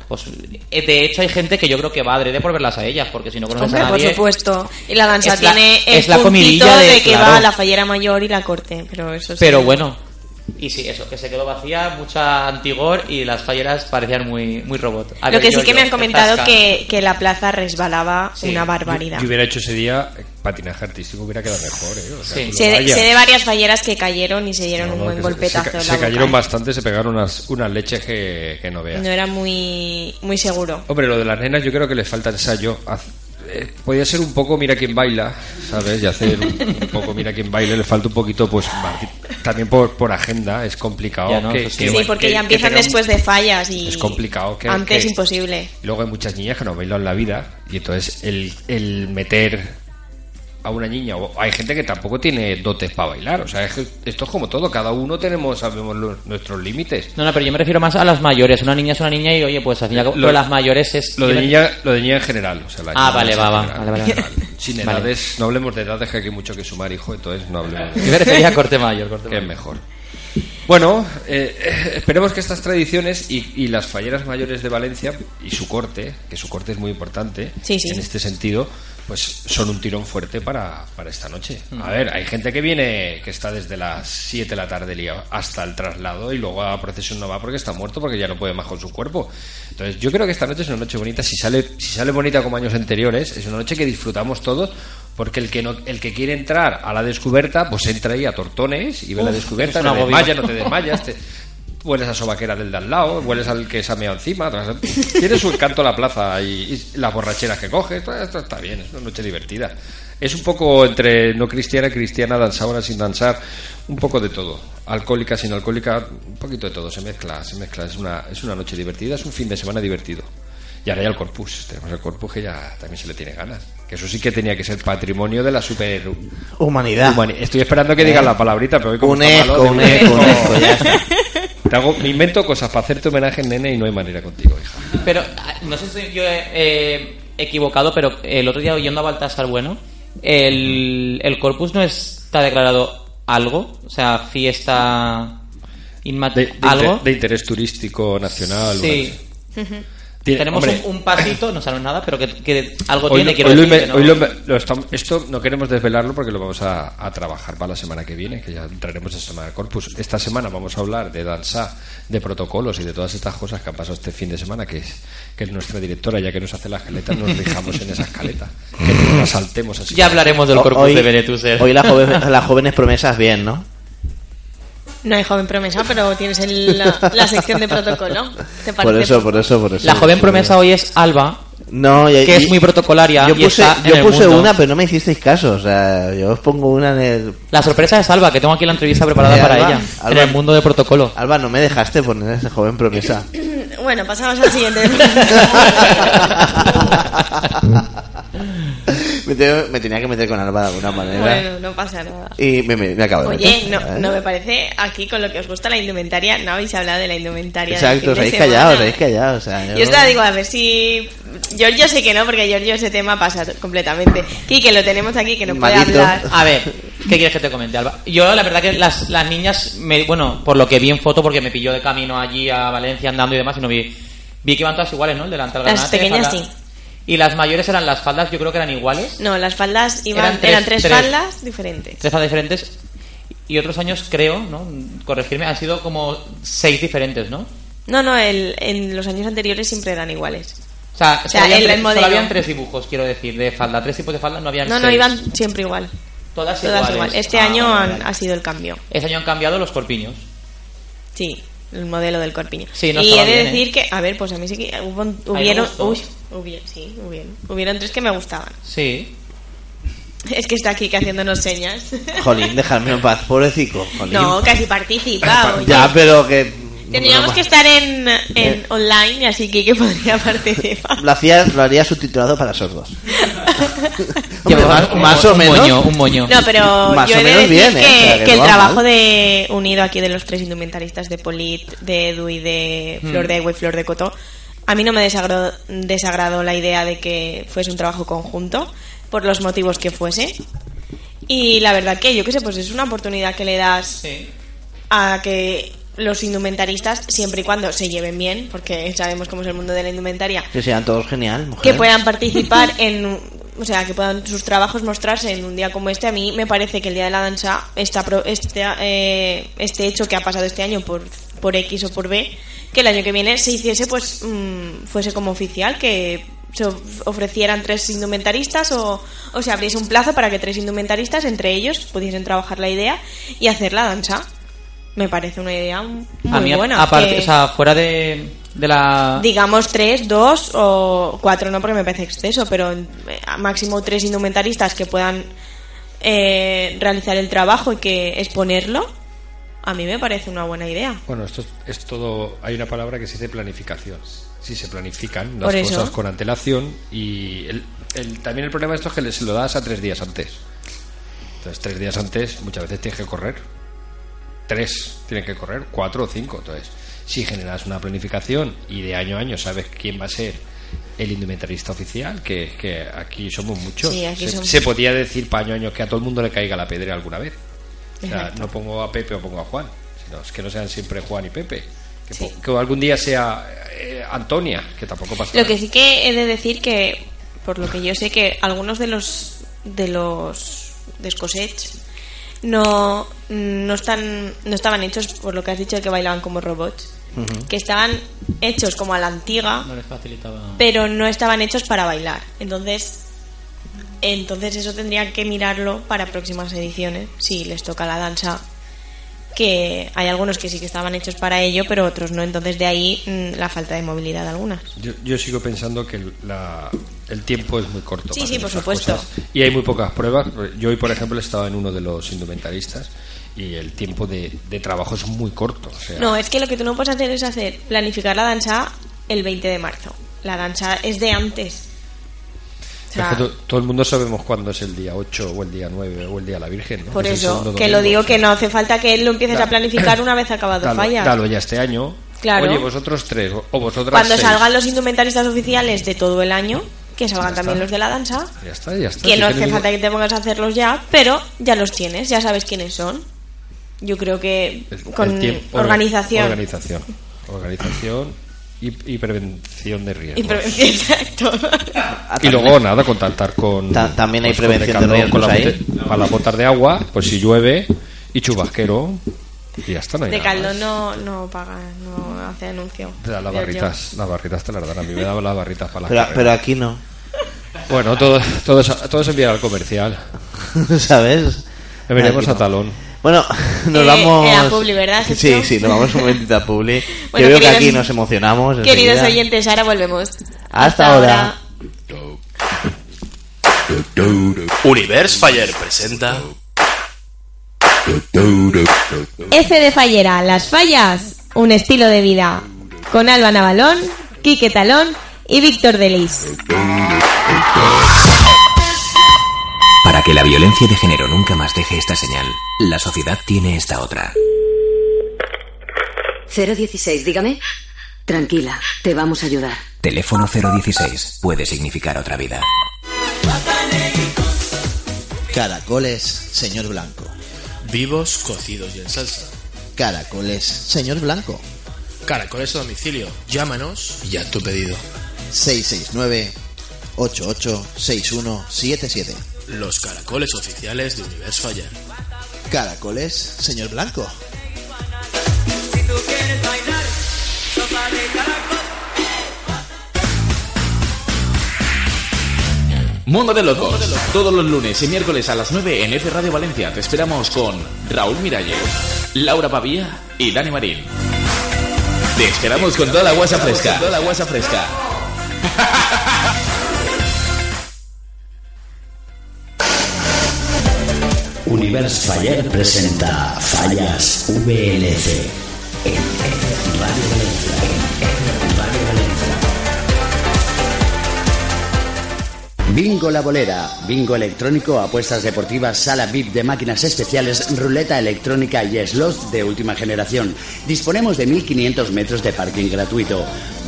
[SPEAKER 7] Pues, eh, de hecho, hay gente que yo creo que va adrede por verlas a ellas, porque si no conoces
[SPEAKER 5] Hombre,
[SPEAKER 7] a
[SPEAKER 5] por
[SPEAKER 7] nadie.
[SPEAKER 5] supuesto. Y la danza
[SPEAKER 7] Es la-
[SPEAKER 5] tiene el
[SPEAKER 7] es la
[SPEAKER 5] puntito
[SPEAKER 7] comidilla de-
[SPEAKER 5] de, que
[SPEAKER 7] claro.
[SPEAKER 5] va a la fallera mayor y la corte, pero eso sí.
[SPEAKER 7] Pero bueno. Y sí, eso, que se quedó vacía, mucha antigor y las falleras parecían muy, muy robot. A
[SPEAKER 5] Lo
[SPEAKER 7] ver,
[SPEAKER 5] que sí
[SPEAKER 7] yo-
[SPEAKER 5] que me
[SPEAKER 7] yo,
[SPEAKER 5] han comentado
[SPEAKER 7] tasca.
[SPEAKER 5] que, que la plaza resbalaba
[SPEAKER 7] Sí.
[SPEAKER 5] una
[SPEAKER 8] Yo,
[SPEAKER 5] barbaridad.
[SPEAKER 8] yo hubiera hecho ese día eh, patinaje artístico, hubiera quedado mejor. ¿eh? O sea,
[SPEAKER 7] Sí.
[SPEAKER 8] tú lo
[SPEAKER 5] Sé de,
[SPEAKER 8] vayas.
[SPEAKER 5] sé de varias falleras que cayeron y se dieron
[SPEAKER 8] No,
[SPEAKER 5] un
[SPEAKER 8] no,
[SPEAKER 5] buen
[SPEAKER 8] que se-
[SPEAKER 5] golpetazo.
[SPEAKER 8] Se, ca-
[SPEAKER 5] en
[SPEAKER 8] se
[SPEAKER 5] la boca,
[SPEAKER 8] cayeron
[SPEAKER 5] ¿eh?
[SPEAKER 8] bastante, se pegaron unas, unas leches que, que no veas.
[SPEAKER 5] No era muy, muy seguro.
[SPEAKER 8] Hombre, lo de las nenas yo creo que les falta ensayo. Haz- eh, Podría ser un poco mira quién baila, ¿sabes? Y hacer un, un poco mira quién baila, le falta un poquito, pues Martín, también por, por agenda, es complicado.
[SPEAKER 7] Ya, ¿no?
[SPEAKER 8] que-
[SPEAKER 7] Eso sí.
[SPEAKER 8] que-
[SPEAKER 5] Pues sí, porque
[SPEAKER 8] que-
[SPEAKER 5] ya
[SPEAKER 8] que
[SPEAKER 5] empiezan
[SPEAKER 8] tenga un-
[SPEAKER 5] después de fallas y
[SPEAKER 8] Es complicado que-
[SPEAKER 5] antes
[SPEAKER 8] que-
[SPEAKER 5] imposible.
[SPEAKER 8] Y luego hay muchas niñas que no bailan la vida y entonces el, el meter a una niña o hay gente que tampoco tiene dotes para bailar, o sea, es que esto es como todo, cada uno tenemos sabemos los- nuestros límites.
[SPEAKER 7] No, no, pero yo me refiero más a las mayores. Una niña es una niña y oye, pues al final,
[SPEAKER 8] Lo-
[SPEAKER 7] pero las mayores es.
[SPEAKER 8] Lo de niña, lo de niña en general, o sea, la
[SPEAKER 7] Ah,
[SPEAKER 8] niña
[SPEAKER 7] vale,
[SPEAKER 8] en
[SPEAKER 7] va, va.
[SPEAKER 8] general.
[SPEAKER 7] Vale, vale, vale.
[SPEAKER 8] Sin
[SPEAKER 7] Vale.
[SPEAKER 8] edades, no hablemos de edades que hay mucho que sumar, hijo, entonces no hablemos de
[SPEAKER 7] Yo me refería a corte mayor, corte
[SPEAKER 8] que es
[SPEAKER 7] mayor.
[SPEAKER 8] mejor. Bueno, eh, eh, esperemos que estas tradiciones y, y las falleras mayores de Valencia y su corte, que su corte es muy importante
[SPEAKER 5] Sí, sí.
[SPEAKER 8] en este sentido, pues son un tirón fuerte para, para esta noche. A ver, hay gente que viene, que está desde las 7 de la tarde liado hasta el traslado y luego a procesión no va porque está muerto, porque ya no puede más con su cuerpo. Entonces yo creo que esta noche es una noche bonita, si sale, si sale bonita como años anteriores, es una noche que disfrutamos todos. Porque el que no, el que quiere entrar a la descubierta, pues entra ahí a tortones y ve la
[SPEAKER 7] Uf,
[SPEAKER 8] descubierta,
[SPEAKER 7] es un
[SPEAKER 8] no
[SPEAKER 7] agobio.
[SPEAKER 8] desmaya, no te desmayas. te- Hueles a sobaquera del de al lado, hueles al que se ha meado encima. todas esas- Tiene su encanto la plaza y, y las borracheras que coge. todo Esto está bien, es una noche divertida. Es un poco entre no cristiana, cristiana, danzadora, sin danzar, un poco de todo. Alcohólica, sin alcohólica, un poquito de todo. Se mezcla, se mezcla. Es una, es una noche divertida, es un fin de semana divertido. Y ahora ya el Corpus. Tenemos el Corpus que ya también se le tiene ganas. Que eso sí que tenía que ser patrimonio de la super...
[SPEAKER 2] Humanidad. ¿Eh?
[SPEAKER 8] humani- Estoy esperando que digan la palabrita, pero hoy como
[SPEAKER 2] Un
[SPEAKER 8] está
[SPEAKER 2] eco,
[SPEAKER 8] malo, de
[SPEAKER 2] un eco, un eco, ya está.
[SPEAKER 8] Te hago- me invento cosas para hacerte homenaje, nene, y no hay manera contigo, hija.
[SPEAKER 7] Pero ah, no sé si yo he eh, equivocado, pero el otro día oyendo a Baltasar Bueno, el, el corpus no está declarado algo, o sea, fiesta inmate
[SPEAKER 8] De, de inter-
[SPEAKER 7] algo.
[SPEAKER 8] de interés turístico nacional.
[SPEAKER 7] sí.
[SPEAKER 8] bueno. Tiene-
[SPEAKER 7] Tenemos
[SPEAKER 8] hombre,
[SPEAKER 7] un, un pasito, no sabemos nada, pero que, que algo
[SPEAKER 8] hoy
[SPEAKER 7] tiene.
[SPEAKER 8] lo-
[SPEAKER 7] quiero
[SPEAKER 8] hoy lo
[SPEAKER 7] decir,
[SPEAKER 8] inve-
[SPEAKER 7] que
[SPEAKER 8] hoy
[SPEAKER 7] no-
[SPEAKER 8] lo inve- lo estamos- esto no queremos desvelarlo porque lo vamos a, a trabajar para la semana que viene, que ya entraremos en Semana Corpus. Esta semana vamos a hablar de danza, de protocolos y de todas estas cosas que han pasado este fin de semana, que es que nuestra directora, ya que nos hace la escaleta, nos fijamos en esa escaleta, que nos la saltemos así.
[SPEAKER 7] Ya hablaremos del corpus
[SPEAKER 2] Hoy-
[SPEAKER 7] de Benetuser.
[SPEAKER 2] Hoy las joven- las jóvenes promesas bien, ¿no?
[SPEAKER 5] No hay joven promesa, pero tienes el- la, la sección de protocolo. ¿Te parece?
[SPEAKER 2] Por eso, por eso, por eso.
[SPEAKER 7] La joven promesa hoy es Alba,
[SPEAKER 2] No, y-
[SPEAKER 7] que es
[SPEAKER 2] y-
[SPEAKER 7] muy protocolaria.
[SPEAKER 2] Yo
[SPEAKER 7] y
[SPEAKER 2] puse,
[SPEAKER 7] está en
[SPEAKER 2] yo
[SPEAKER 7] el
[SPEAKER 2] puse
[SPEAKER 7] mundo.
[SPEAKER 2] una, pero no me hicisteis caso. O sea, yo os pongo una en el.
[SPEAKER 7] La sorpresa es Alba, que tengo aquí la entrevista preparada
[SPEAKER 2] Eh,
[SPEAKER 7] para
[SPEAKER 2] Alba,
[SPEAKER 7] ella.
[SPEAKER 2] Alba.
[SPEAKER 7] En el mundo de protocolo.
[SPEAKER 2] Alba, no me dejaste poner ese joven promesa.
[SPEAKER 5] Bueno, pasamos al siguiente.
[SPEAKER 2] me, te- me tenía que meter con Alba de alguna manera.
[SPEAKER 5] bueno, no pasa nada.
[SPEAKER 2] Y me, me- me acabo de
[SPEAKER 5] Oye,
[SPEAKER 2] meter.
[SPEAKER 5] no,
[SPEAKER 2] ¿eh?
[SPEAKER 5] no me parece aquí con lo que os gusta la indumentaria, no habéis hablado de la indumentaria. del fin
[SPEAKER 2] Exacto, os
[SPEAKER 5] de
[SPEAKER 2] habéis
[SPEAKER 5] semana.
[SPEAKER 2] callado, os habéis callado. O sea,
[SPEAKER 5] Yo os la digo, a ver si. Giorgio sé que no, porque Giorgio ese tema pasa completamente. Quique, lo tenemos aquí, que no puede
[SPEAKER 2] Malito.
[SPEAKER 5] hablar.
[SPEAKER 7] A ver, ¿qué quieres que te comente, Alba? Yo, la verdad, que las, las niñas, me, bueno, por lo que vi en foto, porque me pilló de camino allí a Valencia andando y demás, y no vi. Vi que iban todas iguales, ¿no? El delantal
[SPEAKER 5] Las
[SPEAKER 7] granate,
[SPEAKER 5] pequeñas,
[SPEAKER 7] falda.
[SPEAKER 5] sí.
[SPEAKER 7] Y las mayores eran las faldas, yo creo que eran iguales.
[SPEAKER 5] No, las faldas iban, eran
[SPEAKER 7] Eran
[SPEAKER 5] tres,
[SPEAKER 7] tres- tres.
[SPEAKER 5] faldas diferentes.
[SPEAKER 7] Tres faldas diferentes. Y otros años, creo, ¿no? Corregirme, han sido como seis diferentes, ¿no?
[SPEAKER 5] No, no, el- en los años anteriores siempre eran iguales.
[SPEAKER 7] O sea,
[SPEAKER 5] O sea,
[SPEAKER 7] solo habían
[SPEAKER 5] el
[SPEAKER 7] tres- solo
[SPEAKER 5] modelo.
[SPEAKER 7] habían tres dibujos, quiero decir, de falda. Tres tipos de falda, no habían
[SPEAKER 5] No, no,
[SPEAKER 7] seis.
[SPEAKER 5] iban siempre igual.
[SPEAKER 7] Todas
[SPEAKER 5] Todas
[SPEAKER 7] iguales.
[SPEAKER 5] igual. Este
[SPEAKER 7] Ah,
[SPEAKER 5] año
[SPEAKER 7] vale,
[SPEAKER 5] han-
[SPEAKER 7] vale.
[SPEAKER 5] ha sido el cambio.
[SPEAKER 7] Este año han cambiado los corpiños.
[SPEAKER 5] Sí, el modelo del corpiño.
[SPEAKER 7] Sí, no
[SPEAKER 5] y
[SPEAKER 7] estaba
[SPEAKER 5] he de
[SPEAKER 7] bien, ¿eh?
[SPEAKER 5] decir que, a ver, pues a mí sí que hubo,
[SPEAKER 7] me
[SPEAKER 5] hubieron,
[SPEAKER 7] gustó.
[SPEAKER 5] uy, hubieron, sí, hubieron, hubieron tres que me gustaban.
[SPEAKER 7] Sí.
[SPEAKER 5] Es que está aquí que haciéndonos señas.
[SPEAKER 2] Jolín, dejadme en paz, pobrecito. Jolín.
[SPEAKER 5] No, casi participa. oye.
[SPEAKER 2] ya, pero que.
[SPEAKER 5] Tendríamos que estar en,
[SPEAKER 7] Eh.
[SPEAKER 5] en online, así que que podría participar.
[SPEAKER 2] Lo, hacía, lo haría subtitulado para sordos. Hombre,
[SPEAKER 7] Llevaba
[SPEAKER 2] más,
[SPEAKER 7] un-
[SPEAKER 2] más o
[SPEAKER 7] un
[SPEAKER 2] menos.
[SPEAKER 7] moño, un moño.
[SPEAKER 5] No, pero
[SPEAKER 2] Más
[SPEAKER 5] yo
[SPEAKER 2] o
[SPEAKER 5] he de
[SPEAKER 2] menos
[SPEAKER 5] decir
[SPEAKER 2] bien,
[SPEAKER 5] que,
[SPEAKER 2] ¿eh? O sea, que ¿eh?
[SPEAKER 5] que el
[SPEAKER 2] no va
[SPEAKER 5] trabajo
[SPEAKER 2] mal.
[SPEAKER 5] de unido aquí de los tres indumentaristas de Polit, de Edu y de
[SPEAKER 2] Hmm.
[SPEAKER 5] Flor de Agua y Flor de Coto, a mí no me desagradó, desagradó la idea de que fuese un trabajo conjunto, por los motivos que fuese. Y la verdad que, yo qué sé, pues es una oportunidad que le das
[SPEAKER 7] Sí.
[SPEAKER 5] a que los indumentaristas, siempre y cuando se lleven bien, porque sabemos cómo es el mundo de la indumentaria,
[SPEAKER 2] Que sean todos genial, mujer.
[SPEAKER 5] que puedan participar en o sea que puedan sus trabajos mostrarse en un día como este a mí me parece que el día de la danza esta pro- este eh, este hecho que ha pasado este año por por X o por B que el año que viene se hiciese pues mm, fuese como oficial que se of- ofrecieran tres indumentaristas o, o se abriese un plazo para que tres indumentaristas entre ellos pudiesen trabajar la idea y hacer la danza me parece una idea muy
[SPEAKER 7] a mí,
[SPEAKER 5] buena
[SPEAKER 7] aparte,
[SPEAKER 5] que-
[SPEAKER 7] o sea, fuera de, de la.
[SPEAKER 5] digamos tres, dos o cuatro no porque me parece exceso, pero eh, a máximo tres indumentaristas que puedan eh, realizar el trabajo y que exponerlo, a mí me parece una buena idea.
[SPEAKER 8] Bueno, esto es, es todo. Hay una palabra que se dice planificación. Si se planifican las
[SPEAKER 5] Por eso.
[SPEAKER 8] cosas con antelación y el- el- también el problema de esto es que se lo das a tres días antes. Entonces, tres días antes muchas veces tienes que correr. Tres tienen que correr, cuatro o cinco. Entonces, si generas una planificación y de año a año sabes quién va a ser el indumentarista oficial, que, que aquí somos muchos,
[SPEAKER 5] Sí, aquí
[SPEAKER 8] se,
[SPEAKER 5] somos-
[SPEAKER 8] se podía decir para año a año que a todo el mundo le caiga la pedra alguna vez. O sea, no pongo a Pepe o pongo a Juan, sino es que no sean siempre Juan y Pepe. Que,
[SPEAKER 5] Sí.
[SPEAKER 8] po- que algún día sea eh, Antonia, que tampoco pasa
[SPEAKER 5] Lo
[SPEAKER 8] nada.
[SPEAKER 5] que sí que he de decir que, por lo que yo sé, que algunos de los de los descosets no no están no estaban hechos por lo que has dicho de que bailaban como robots, que estaban hechos como a la antigua.
[SPEAKER 7] No les facilitaba.
[SPEAKER 5] pero no estaban hechos para bailar. Entonces, entonces eso tendría que mirarlo para próximas ediciones, si les toca la danza que hay algunos que sí que estaban hechos para ello, pero otros no. Entonces de ahí mm, la falta de movilidad de algunas.
[SPEAKER 8] Yo, yo sigo pensando que el- la- el tiempo es muy corto.
[SPEAKER 5] Sí,
[SPEAKER 8] para
[SPEAKER 5] sí, por
[SPEAKER 8] estas
[SPEAKER 5] supuesto.
[SPEAKER 8] Y hay muy pocas pruebas. Yo hoy, por ejemplo, estaba en uno de los indumentaristas y el tiempo de, de trabajo es muy corto. o sea,
[SPEAKER 5] No, es que lo que tú no puedes hacer es hacer planificar la danza el 20 de marzo. La danza es de antes. O sea,
[SPEAKER 8] es que to- todo el mundo sabemos cuándo es el día 8 o el día 9 o el día de la Virgen. ¿no?
[SPEAKER 5] por
[SPEAKER 8] Es el
[SPEAKER 5] eso,
[SPEAKER 8] segundo
[SPEAKER 5] que lo
[SPEAKER 8] domingo,
[SPEAKER 5] digo
[SPEAKER 8] o sea,
[SPEAKER 5] que no hace falta que lo empieces
[SPEAKER 8] Claro.
[SPEAKER 5] a planificar una vez acabado
[SPEAKER 8] dalo-
[SPEAKER 5] fallas.
[SPEAKER 8] dalo ya este año.
[SPEAKER 5] Claro.
[SPEAKER 8] Oye, vosotros tres o- o vosotras
[SPEAKER 5] Cuando
[SPEAKER 8] seis.
[SPEAKER 5] salgan los indumentaristas oficiales de todo el año, que
[SPEAKER 8] Ya
[SPEAKER 5] salgan
[SPEAKER 8] está.
[SPEAKER 5] también los de la danza,
[SPEAKER 8] Ya está, ya está.
[SPEAKER 5] que
[SPEAKER 8] Si
[SPEAKER 5] no
[SPEAKER 8] es
[SPEAKER 5] hace
[SPEAKER 8] ningún-
[SPEAKER 5] falta que te pongas a hacerlos ya, pero ya los tienes, ya sabes quiénes son. Yo creo que
[SPEAKER 8] El- el
[SPEAKER 5] con
[SPEAKER 8] tiempo-
[SPEAKER 5] organización.
[SPEAKER 8] Organización. Organización y, y prevención de riesgos.
[SPEAKER 5] Y prevención, exacto.
[SPEAKER 2] Ah,
[SPEAKER 8] Y
[SPEAKER 2] también-
[SPEAKER 8] luego nada, contactar con. pues,
[SPEAKER 2] Ta- también hay
[SPEAKER 8] con
[SPEAKER 2] prevención de
[SPEAKER 8] Decathlon, con la
[SPEAKER 2] riesgos
[SPEAKER 8] bote- Para las botas de agua, pues si llueve, y chubasquero, y ya está. No hay
[SPEAKER 5] De
[SPEAKER 8] nada
[SPEAKER 5] caldo
[SPEAKER 8] más.
[SPEAKER 5] no, no paga, no hace anuncio.
[SPEAKER 8] Te da las
[SPEAKER 5] Yo- yo-
[SPEAKER 8] barritas, las barritas te las dan. A mí me daban las barritas para
[SPEAKER 2] Pero,
[SPEAKER 8] las
[SPEAKER 2] pero
[SPEAKER 8] carreras.
[SPEAKER 2] aquí no.
[SPEAKER 8] Bueno, todo, todo, es- todo es enviar al comercial.
[SPEAKER 2] ¿Sabes?
[SPEAKER 8] Veremos
[SPEAKER 2] Aquí no.
[SPEAKER 8] a talón.
[SPEAKER 2] Bueno, nos
[SPEAKER 5] Eh,
[SPEAKER 2] vamos.
[SPEAKER 5] era Publi, ¿verdad,
[SPEAKER 2] Sí,
[SPEAKER 5] Sergio?
[SPEAKER 2] sí, nos vamos un momentito a Publi.
[SPEAKER 5] Bueno,
[SPEAKER 2] Yo veo
[SPEAKER 5] queridos-
[SPEAKER 2] que aquí nos emocionamos.
[SPEAKER 5] Queridos
[SPEAKER 2] enseguida.
[SPEAKER 5] oyentes, ahora volvemos.
[SPEAKER 2] Hasta ahora.
[SPEAKER 3] Universe Fire presenta
[SPEAKER 5] F de Fallera, Las Fallas, un estilo de vida. Con Alba Navalón, Quique Talón y Víctor Delis.
[SPEAKER 9] Para que la violencia de género nunca más deje esta señal, la sociedad tiene esta otra.
[SPEAKER 10] 016, dígame. Tranquila, te vamos a ayudar.
[SPEAKER 9] Teléfono 016 puede significar otra vida.
[SPEAKER 2] Caracoles, señor Blanco.
[SPEAKER 3] Vivos, cocidos y en salsa.
[SPEAKER 2] Caracoles, señor Blanco.
[SPEAKER 3] Caracoles a domicilio. Llámanos y haz tu pedido.
[SPEAKER 2] 669-886177.
[SPEAKER 3] Los caracoles oficiales de Universe Fire.
[SPEAKER 2] Caracoles, señor Blanco.
[SPEAKER 11] Mundo de Locos, todos los lunes y miércoles a las 9 en F Radio Valencia. Te esperamos con Raúl Miralles, Laura Pavía y Dani Marín. Te esperamos con toda la guasa fresca. Toda la guasa fresca.
[SPEAKER 1] Universe Faller presenta Fallas VLC. en Radio Valencia, en Radio Valencia. Bingo La Bolera, bingo electrónico, apuestas deportivas, sala VIP de máquinas especiales, ruleta electrónica y slots de última generación. Disponemos de 1.500 metros de parking gratuito.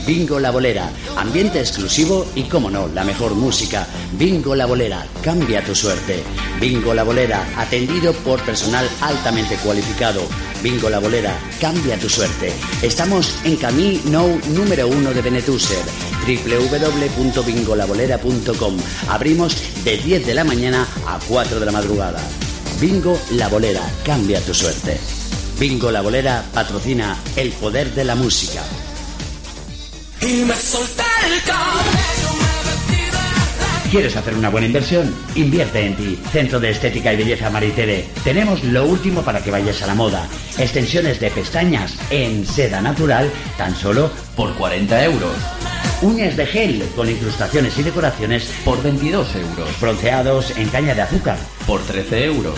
[SPEAKER 1] Bingo La Bolera, ambiente exclusivo y, como no, la mejor música. Bingo La Bolera, cambia tu suerte. Bingo La Bolera, atendido por personal altamente cualificado. Bingo La Bolera, cambia tu suerte. Estamos en Camino número 1 de Benetúser, www.bingolabolera.com. Abrimos de 10 de la mañana a 4 de la madrugada. Bingo La Bolera, cambia tu suerte. Bingo La Bolera patrocina el poder de la música. ¿Quieres hacer una buena inversión? Invierte en ti. Centro de Estética y Belleza Maritere. Tenemos lo último para que vayas a la moda. Extensiones de pestañas en seda natural tan solo por 40 euros. Uñas de gel con incrustaciones y decoraciones por 22 euros. Bronceados en caña de azúcar por 13 euros.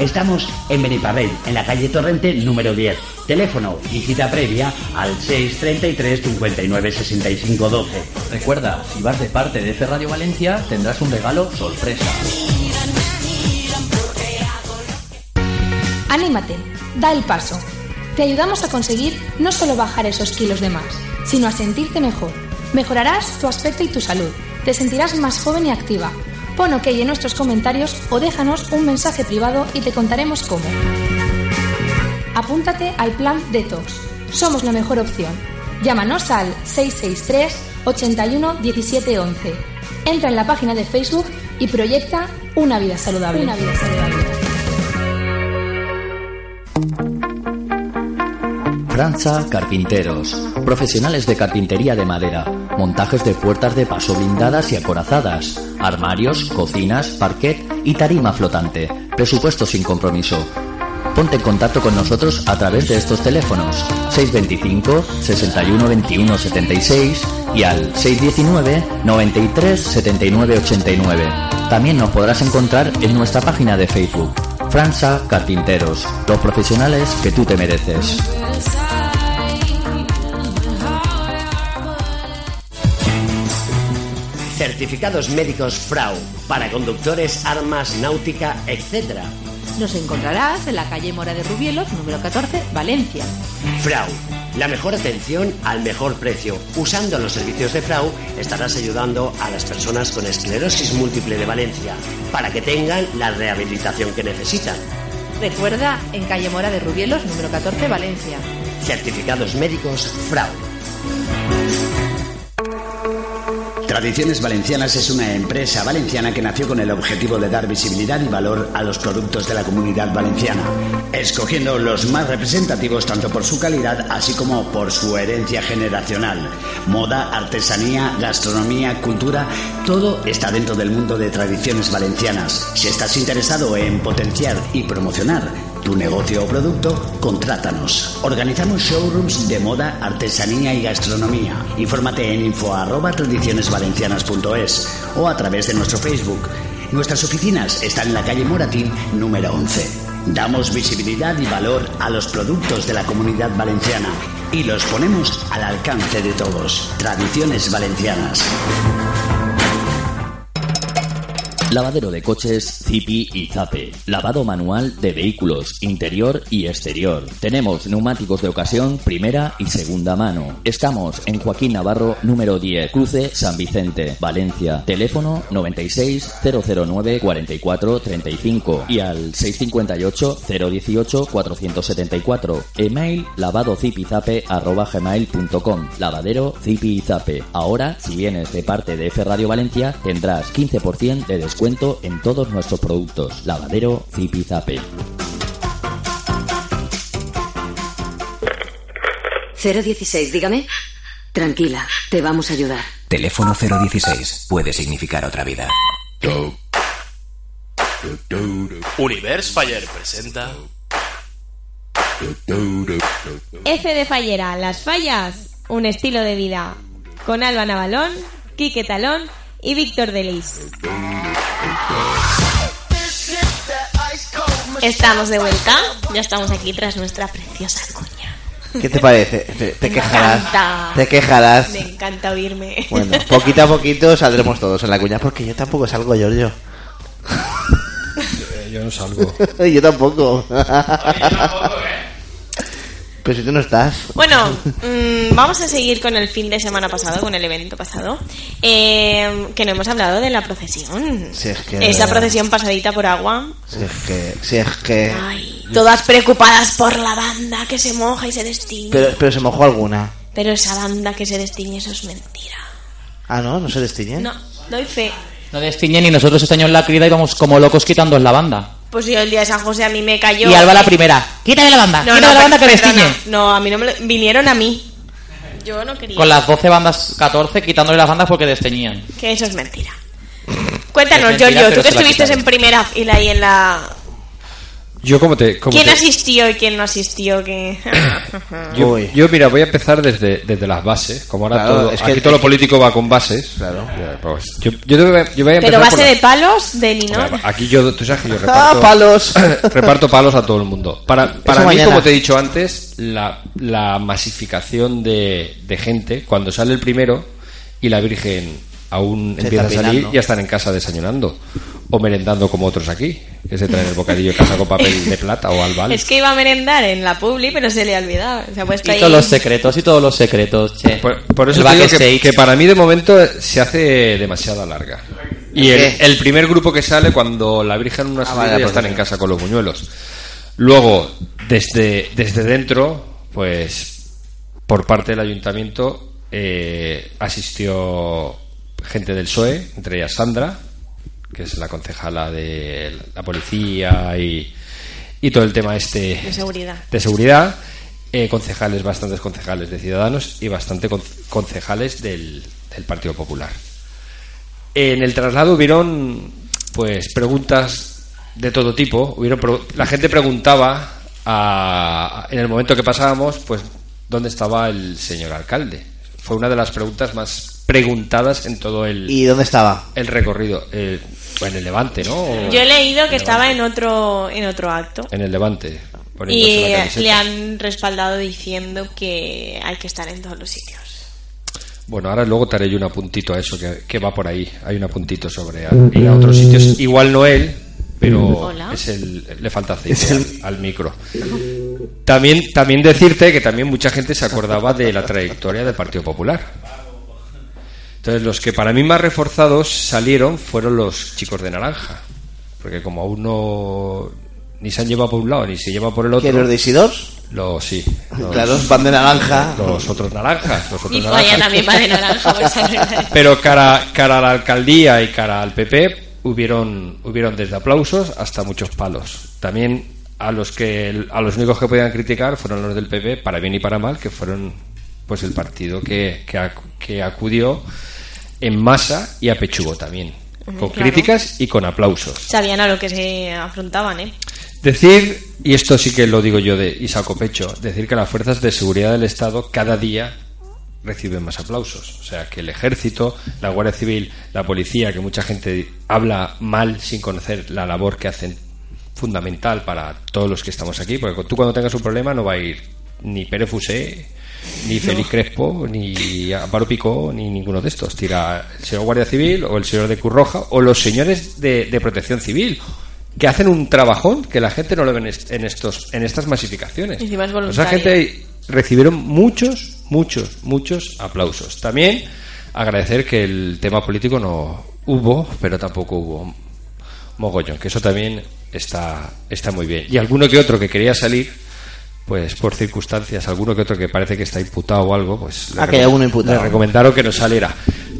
[SPEAKER 1] Estamos en Beniparrell, en la calle Torrente número 10. Teléfono y cita previa al 633 59 65 12.
[SPEAKER 9] Recuerda, si vas de parte de F Radio Valencia, tendrás un regalo sorpresa.
[SPEAKER 12] Anímate, da el paso. Te ayudamos a conseguir no solo bajar esos kilos de más, sino a sentirte mejor. Mejorarás tu aspecto y tu salud. Te sentirás más joven y activa. Pon OK en nuestros comentarios o déjanos un mensaje privado y te contaremos cómo. Apúntate al plan Detox. Somos la mejor opción. Llámanos al 663 81 17 11. Entra en la página de Facebook y proyecta una vida saludable. Una vida saludable.
[SPEAKER 9] Franza Carpinteros. Profesionales de carpintería de madera. Montajes de puertas de paso blindadas y acorazadas. Armarios, cocinas, parquet y tarima flotante. Presupuesto sin compromiso. Ponte en contacto con nosotros a través de estos teléfonos 625 61 21 76 y al 619 93 79 89. También nos podrás encontrar en nuestra página de Facebook. Franza Carpinteros, los profesionales que tú te mereces.
[SPEAKER 13] Certificados médicos FRAU para conductores, armas, náutica, etc.
[SPEAKER 14] Nos encontrarás en la calle Mora de Rubielos, número 14, Valencia.
[SPEAKER 13] FRAU, la mejor atención al mejor precio. Usando los servicios de FRAU estarás ayudando a las personas con esclerosis múltiple de Valencia para que tengan la rehabilitación que necesitan.
[SPEAKER 14] Recuerda, en calle Mora de Rubielos, número 14, Valencia.
[SPEAKER 13] Certificados médicos FRAU.
[SPEAKER 1] Tradiciones Valencianas es una empresa valenciana que nació con el objetivo de dar visibilidad y valor a los productos de la comunidad valenciana, escogiendo los más representativos tanto por su calidad así como por su herencia generacional. Moda, artesanía, gastronomía, cultura, todo está dentro del mundo de tradiciones valencianas. Si estás interesado en potenciar y promocionar tu negocio o producto, contrátanos. Organizamos showrooms de moda, artesanía y gastronomía. Infórmate en info arroba tradicionesvalencianas.es o a través de nuestro Facebook. Nuestras oficinas están en la calle Moratín número 11. Damos visibilidad y valor a los productos de la comunidad valenciana y los ponemos al alcance de todos. Tradiciones valencianas.
[SPEAKER 9] Lavadero de coches, Zipi y Zape. Lavado manual de vehículos, interior y exterior. Tenemos neumáticos de ocasión, primera y segunda mano. Estamos en Joaquín Navarro, número 10, Cruce San Vicente, Valencia. Teléfono 96 009 44 35 y al 658 018 474. Email lavadocipizape.com. Lavadero Zipi y Zape. Ahora, si vienes de parte de F Radio Valencia, tendrás 15% de descuento cuento en todos nuestros productos. Lavadero Zipizape.
[SPEAKER 15] 016, dígame. Tranquila, te vamos a ayudar.
[SPEAKER 16] Teléfono 016 puede significar otra vida.
[SPEAKER 3] Universe Fire presenta
[SPEAKER 5] F de Fallera, las fallas, un estilo de vida. Con Alba Navalón, Quique Talón y Víctor Delis. Estamos de vuelta, ya estamos aquí tras nuestra preciosa cuña.
[SPEAKER 17] ¿Qué te parece? Te, te quejarás.
[SPEAKER 5] encanta.
[SPEAKER 17] Te quejarás.
[SPEAKER 5] Me encanta oírme.
[SPEAKER 17] Bueno, poquito a poquito saldremos todos en la cuña, porque yo tampoco salgo, Giorgio.
[SPEAKER 8] Yo no salgo.
[SPEAKER 17] yo tampoco.
[SPEAKER 8] eh.
[SPEAKER 17] Pero si tú no estás.
[SPEAKER 5] Bueno, mm, vamos a seguir con el fin de semana pasado, con el evento pasado, eh, que no hemos hablado de la procesión.
[SPEAKER 17] Si es que.
[SPEAKER 5] Esa procesión pasadita por agua,
[SPEAKER 17] Si es que. Si es que.
[SPEAKER 5] todas preocupadas por la banda que se moja y se destiñe.
[SPEAKER 17] Pero, pero se mojó alguna.
[SPEAKER 5] Pero esa banda que se destiñe, eso es mentira.
[SPEAKER 17] Ah, no, no se
[SPEAKER 7] ¿Eh?
[SPEAKER 17] destiñe.
[SPEAKER 5] No, doy fe.
[SPEAKER 7] No destiñen y nosotros este año en la crida íbamos como locos quitando la banda.
[SPEAKER 5] Pues yo el día de San José a mí me cayó.
[SPEAKER 7] Y Alba la primera. Quítale la banda,
[SPEAKER 5] No,
[SPEAKER 7] quítale
[SPEAKER 5] no,
[SPEAKER 7] la banda que
[SPEAKER 5] perdona.
[SPEAKER 7] destiñe.
[SPEAKER 5] No, a mí no me lo- Vinieron a mí. Yo no quería.
[SPEAKER 7] Con las 12 bandas, 14, quitándole las bandas porque desteñían.
[SPEAKER 5] Que eso es mentira. Cuéntanos,
[SPEAKER 7] Es mentira,
[SPEAKER 5] Giorgio, tú
[SPEAKER 7] pero
[SPEAKER 5] que
[SPEAKER 7] se la
[SPEAKER 5] estuviste
[SPEAKER 7] quitaron.
[SPEAKER 5] en primera fila y en la...
[SPEAKER 8] Yo como te... como
[SPEAKER 5] ¿Quién
[SPEAKER 8] te-
[SPEAKER 5] asistió y quién no asistió? Que...
[SPEAKER 8] Yo, yo, mira, voy a empezar desde, desde las bases. Como ahora
[SPEAKER 17] Claro,
[SPEAKER 8] todo,
[SPEAKER 17] es
[SPEAKER 8] aquí
[SPEAKER 17] que-
[SPEAKER 8] todo
[SPEAKER 17] es
[SPEAKER 8] lo político va con bases. Claro. yo, yo te voy a- yo voy a empezar
[SPEAKER 5] Pero
[SPEAKER 8] por
[SPEAKER 5] base
[SPEAKER 8] la-
[SPEAKER 5] de palos, de Nino.
[SPEAKER 8] Aquí yo, tú sabes que yo reparto
[SPEAKER 17] Ah, palos.
[SPEAKER 8] reparto palos a todo el mundo. Para, para mí,
[SPEAKER 17] mañana.
[SPEAKER 8] como te he dicho antes, la, la masificación de, de gente, cuando sale el primero y la Virgen aún
[SPEAKER 17] Se
[SPEAKER 8] empieza a
[SPEAKER 17] está
[SPEAKER 8] salir,
[SPEAKER 17] peinando.
[SPEAKER 8] ya están en casa desayunando o merendando como otros aquí, que se traen el bocadillo de casa con papel de plata o albal.
[SPEAKER 5] Es que iba a merendar en la Publi, pero se le ha olvidado. Se ha puesto
[SPEAKER 7] Y
[SPEAKER 5] ahí...
[SPEAKER 7] todos los secretos, y todos los secretos, che.
[SPEAKER 8] Por, Por eso
[SPEAKER 7] El
[SPEAKER 8] te digo que,
[SPEAKER 7] backstage.
[SPEAKER 8] que para mí de momento se hace demasiado larga. Y el,
[SPEAKER 7] ¿Qué?
[SPEAKER 8] el primer grupo que sale cuando la Virgen una salida
[SPEAKER 7] vale,
[SPEAKER 8] ya
[SPEAKER 7] pues
[SPEAKER 8] están
[SPEAKER 7] sí.
[SPEAKER 8] en casa con los buñuelos. Luego, desde, desde dentro, pues por parte del ayuntamiento eh, asistió gente del PSOE, E, entre ellas Sandra, que es la concejala de la policía y, y todo el tema este
[SPEAKER 5] De seguridad.
[SPEAKER 8] de seguridad, eh, concejales, bastantes concejales de Ciudadanos y bastante con- concejales del, del Partido Popular. En el traslado hubieron pues preguntas de todo tipo, hubieron pro- la gente preguntaba a- en el momento que pasábamos, pues, ¿dónde estaba el señor alcalde? Fue una de las preguntas más preguntadas en todo el...
[SPEAKER 2] ¿Y dónde estaba?
[SPEAKER 8] El recorrido. eh, en el Levante, ¿no? O-
[SPEAKER 5] Yo he leído que estaba en otro, en otro acto.
[SPEAKER 8] En el Levante. poniéndose
[SPEAKER 5] Y
[SPEAKER 8] la camiseta.
[SPEAKER 5] le han respaldado diciendo que hay que estar en todos los sitios.
[SPEAKER 8] Bueno, ahora luego te haré yo un apuntito a eso que, que va por ahí. Hay un apuntito sobre
[SPEAKER 2] Mm.
[SPEAKER 8] a- ir a otros sitios. Igual no él, pero
[SPEAKER 18] Hola.
[SPEAKER 8] es el, le falta aceite al, al micro. También, también decirte que también mucha gente se acordaba de la trayectoria del Partido Popular. Entonces, los que para mí más reforzados salieron fueron los chicos de naranja. Porque como aún no... Ni se han llevado por un lado, ni se lleva por el otro.
[SPEAKER 2] ¿Que los de Isidor?
[SPEAKER 8] Los, sí.
[SPEAKER 2] Claro, van de naranja.
[SPEAKER 8] Los otros naranjas. Los otros
[SPEAKER 5] Y
[SPEAKER 8] naranjas.
[SPEAKER 5] Falla también va de naranja, por esa verdad.
[SPEAKER 8] Pero cara, cara a la alcaldía y cara al PP hubieron, hubieron desde aplausos hasta muchos palos. También a los que a los únicos que podían criticar fueron los del PP, para bien y para mal, que fueron pues el partido que, que, ac- que acudió en masa y a Pechugo también.
[SPEAKER 5] Ujú,
[SPEAKER 8] Con
[SPEAKER 5] claro.
[SPEAKER 8] críticas y con aplausos.
[SPEAKER 5] Sabían a lo que se afrontaban, ¿eh?
[SPEAKER 8] Decir, y esto sí que lo digo yo de y saco pecho, decir que las fuerzas de seguridad del Estado cada día reciben más aplausos. O sea, que el ejército, la Guardia Civil, la policía, que mucha gente habla mal sin conocer la labor que hacen fundamental para todos los que estamos aquí, porque tú cuando tengas un problema no va a ir ni Pérez Fusé, ni Félix Crespo, ni Amparo Picó, ni ninguno de estos. Tira el señor Guardia Civil o el señor de Curroja o los señores de, de Protección Civil, que hacen un trabajón que la gente no lo ve en, est- en estos, en estas masificaciones.
[SPEAKER 5] Encima es
[SPEAKER 8] O sea,
[SPEAKER 5] voluntario.
[SPEAKER 8] gente recibieron muchos, muchos, muchos aplausos. También agradecer que el tema político no hubo, pero tampoco hubo mogollón, que eso también está, está muy bien. Y alguno que otro que quería salir, pues por circunstancias, alguno que otro que parece que está imputado o algo, pues
[SPEAKER 2] Ah, que hay
[SPEAKER 8] recom-
[SPEAKER 2] alguno imputado.
[SPEAKER 8] le recomendaron que no saliera.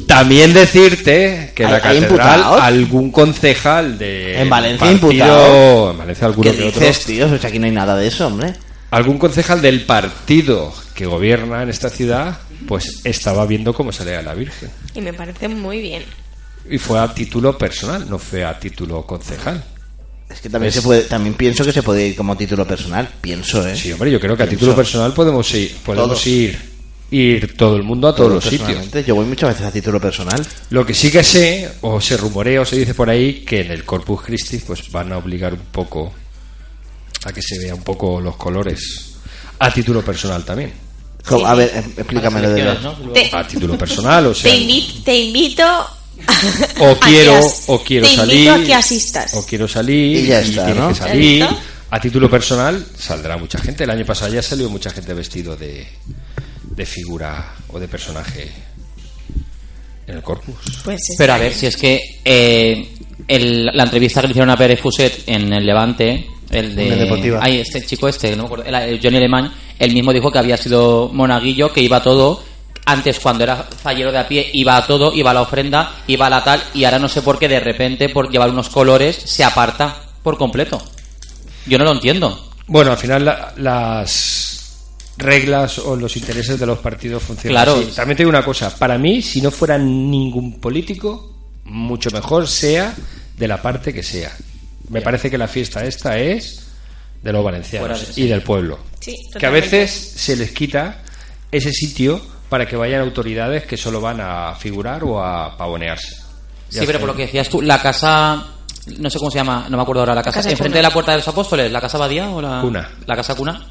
[SPEAKER 8] También decirte que en la
[SPEAKER 2] ¿Hay- hay
[SPEAKER 8] catedral
[SPEAKER 2] imputados?
[SPEAKER 8] algún concejal de
[SPEAKER 2] En Valencia
[SPEAKER 8] partido-
[SPEAKER 2] imputado.
[SPEAKER 8] en Valencia alguno
[SPEAKER 2] ¿Qué
[SPEAKER 8] que otro
[SPEAKER 2] dices, tío? Pues aquí no hay nada de eso, hombre.
[SPEAKER 8] algún concejal del partido que gobierna en esta ciudad, pues estaba viendo cómo salía la Virgen.
[SPEAKER 5] Y me parece muy bien.
[SPEAKER 8] Y fue a título personal, no fue a título concejal.
[SPEAKER 2] Es que También, se puede, también pienso que se puede ir como título personal. Pienso, ¿eh?
[SPEAKER 8] Sí, hombre, yo creo que a título personal podemos ir, podemos
[SPEAKER 2] Todos.
[SPEAKER 8] ir, ir todo el mundo a todos los sitios.
[SPEAKER 2] Personalmente, Yo voy muchas veces a título personal.
[SPEAKER 8] Lo que sí que sé, o se rumorea, o se dice por ahí, que en el Corpus Christi pues van a obligar un poco a que se vea un poco los colores. A título personal también.
[SPEAKER 2] ¿Cómo? A ver, em- explícame lo de
[SPEAKER 8] A,
[SPEAKER 2] la-
[SPEAKER 5] Te-
[SPEAKER 8] a título personal, o sea,
[SPEAKER 5] te, invi- te invito a
[SPEAKER 8] o quiero,
[SPEAKER 5] que as-
[SPEAKER 8] o quiero
[SPEAKER 5] te
[SPEAKER 8] salir,
[SPEAKER 5] invito a que asistas.
[SPEAKER 8] o quiero salir,
[SPEAKER 2] Y ya está,
[SPEAKER 8] tienes
[SPEAKER 2] ¿no?
[SPEAKER 8] que salir.
[SPEAKER 5] ¿Listo?
[SPEAKER 8] A título personal saldrá mucha gente. El año pasado ya salió mucha gente vestido de, de figura o de personaje en el corpus.
[SPEAKER 5] Pues
[SPEAKER 7] Pero a ver, si es que eh, el- la entrevista que le hicieron a Pérez Fuset en el Levante, el de...
[SPEAKER 2] En Deportiva.
[SPEAKER 7] Ay, este chico este, no me acuerdo, el- el Johnny Alemán, él mismo dijo que había sido monaguillo, que iba a todo. Antes, cuando era fallero de a pie, iba a todo, iba a la ofrenda, iba a la tal, y ahora no sé por qué de repente, por llevar unos colores, se aparta por completo. Yo no lo entiendo.
[SPEAKER 8] Bueno, al final la- las reglas o los intereses de los partidos funcionan.
[SPEAKER 7] Claro.
[SPEAKER 8] así. También te digo una cosa, para mí, si no fuera ningún político, mucho mejor sea de la parte que sea. Me parece que la fiesta esta es de los valencianos
[SPEAKER 7] Fuera de-
[SPEAKER 8] y del pueblo.
[SPEAKER 7] Sí,
[SPEAKER 8] que a
[SPEAKER 7] totalmente.
[SPEAKER 8] veces se les quita ese sitio para que vayan autoridades que solo van a figurar o a pavonearse.
[SPEAKER 7] Sí,
[SPEAKER 8] Ya
[SPEAKER 7] pero
[SPEAKER 8] está.
[SPEAKER 7] por lo que decías tú, la casa, no sé cómo se llama, no me acuerdo ahora, la casa,
[SPEAKER 8] Casa
[SPEAKER 7] enfrente
[SPEAKER 8] Cuna.
[SPEAKER 7] de la puerta de los apóstoles, la casa Badía o la
[SPEAKER 8] Cuna.
[SPEAKER 7] la casa Cuna.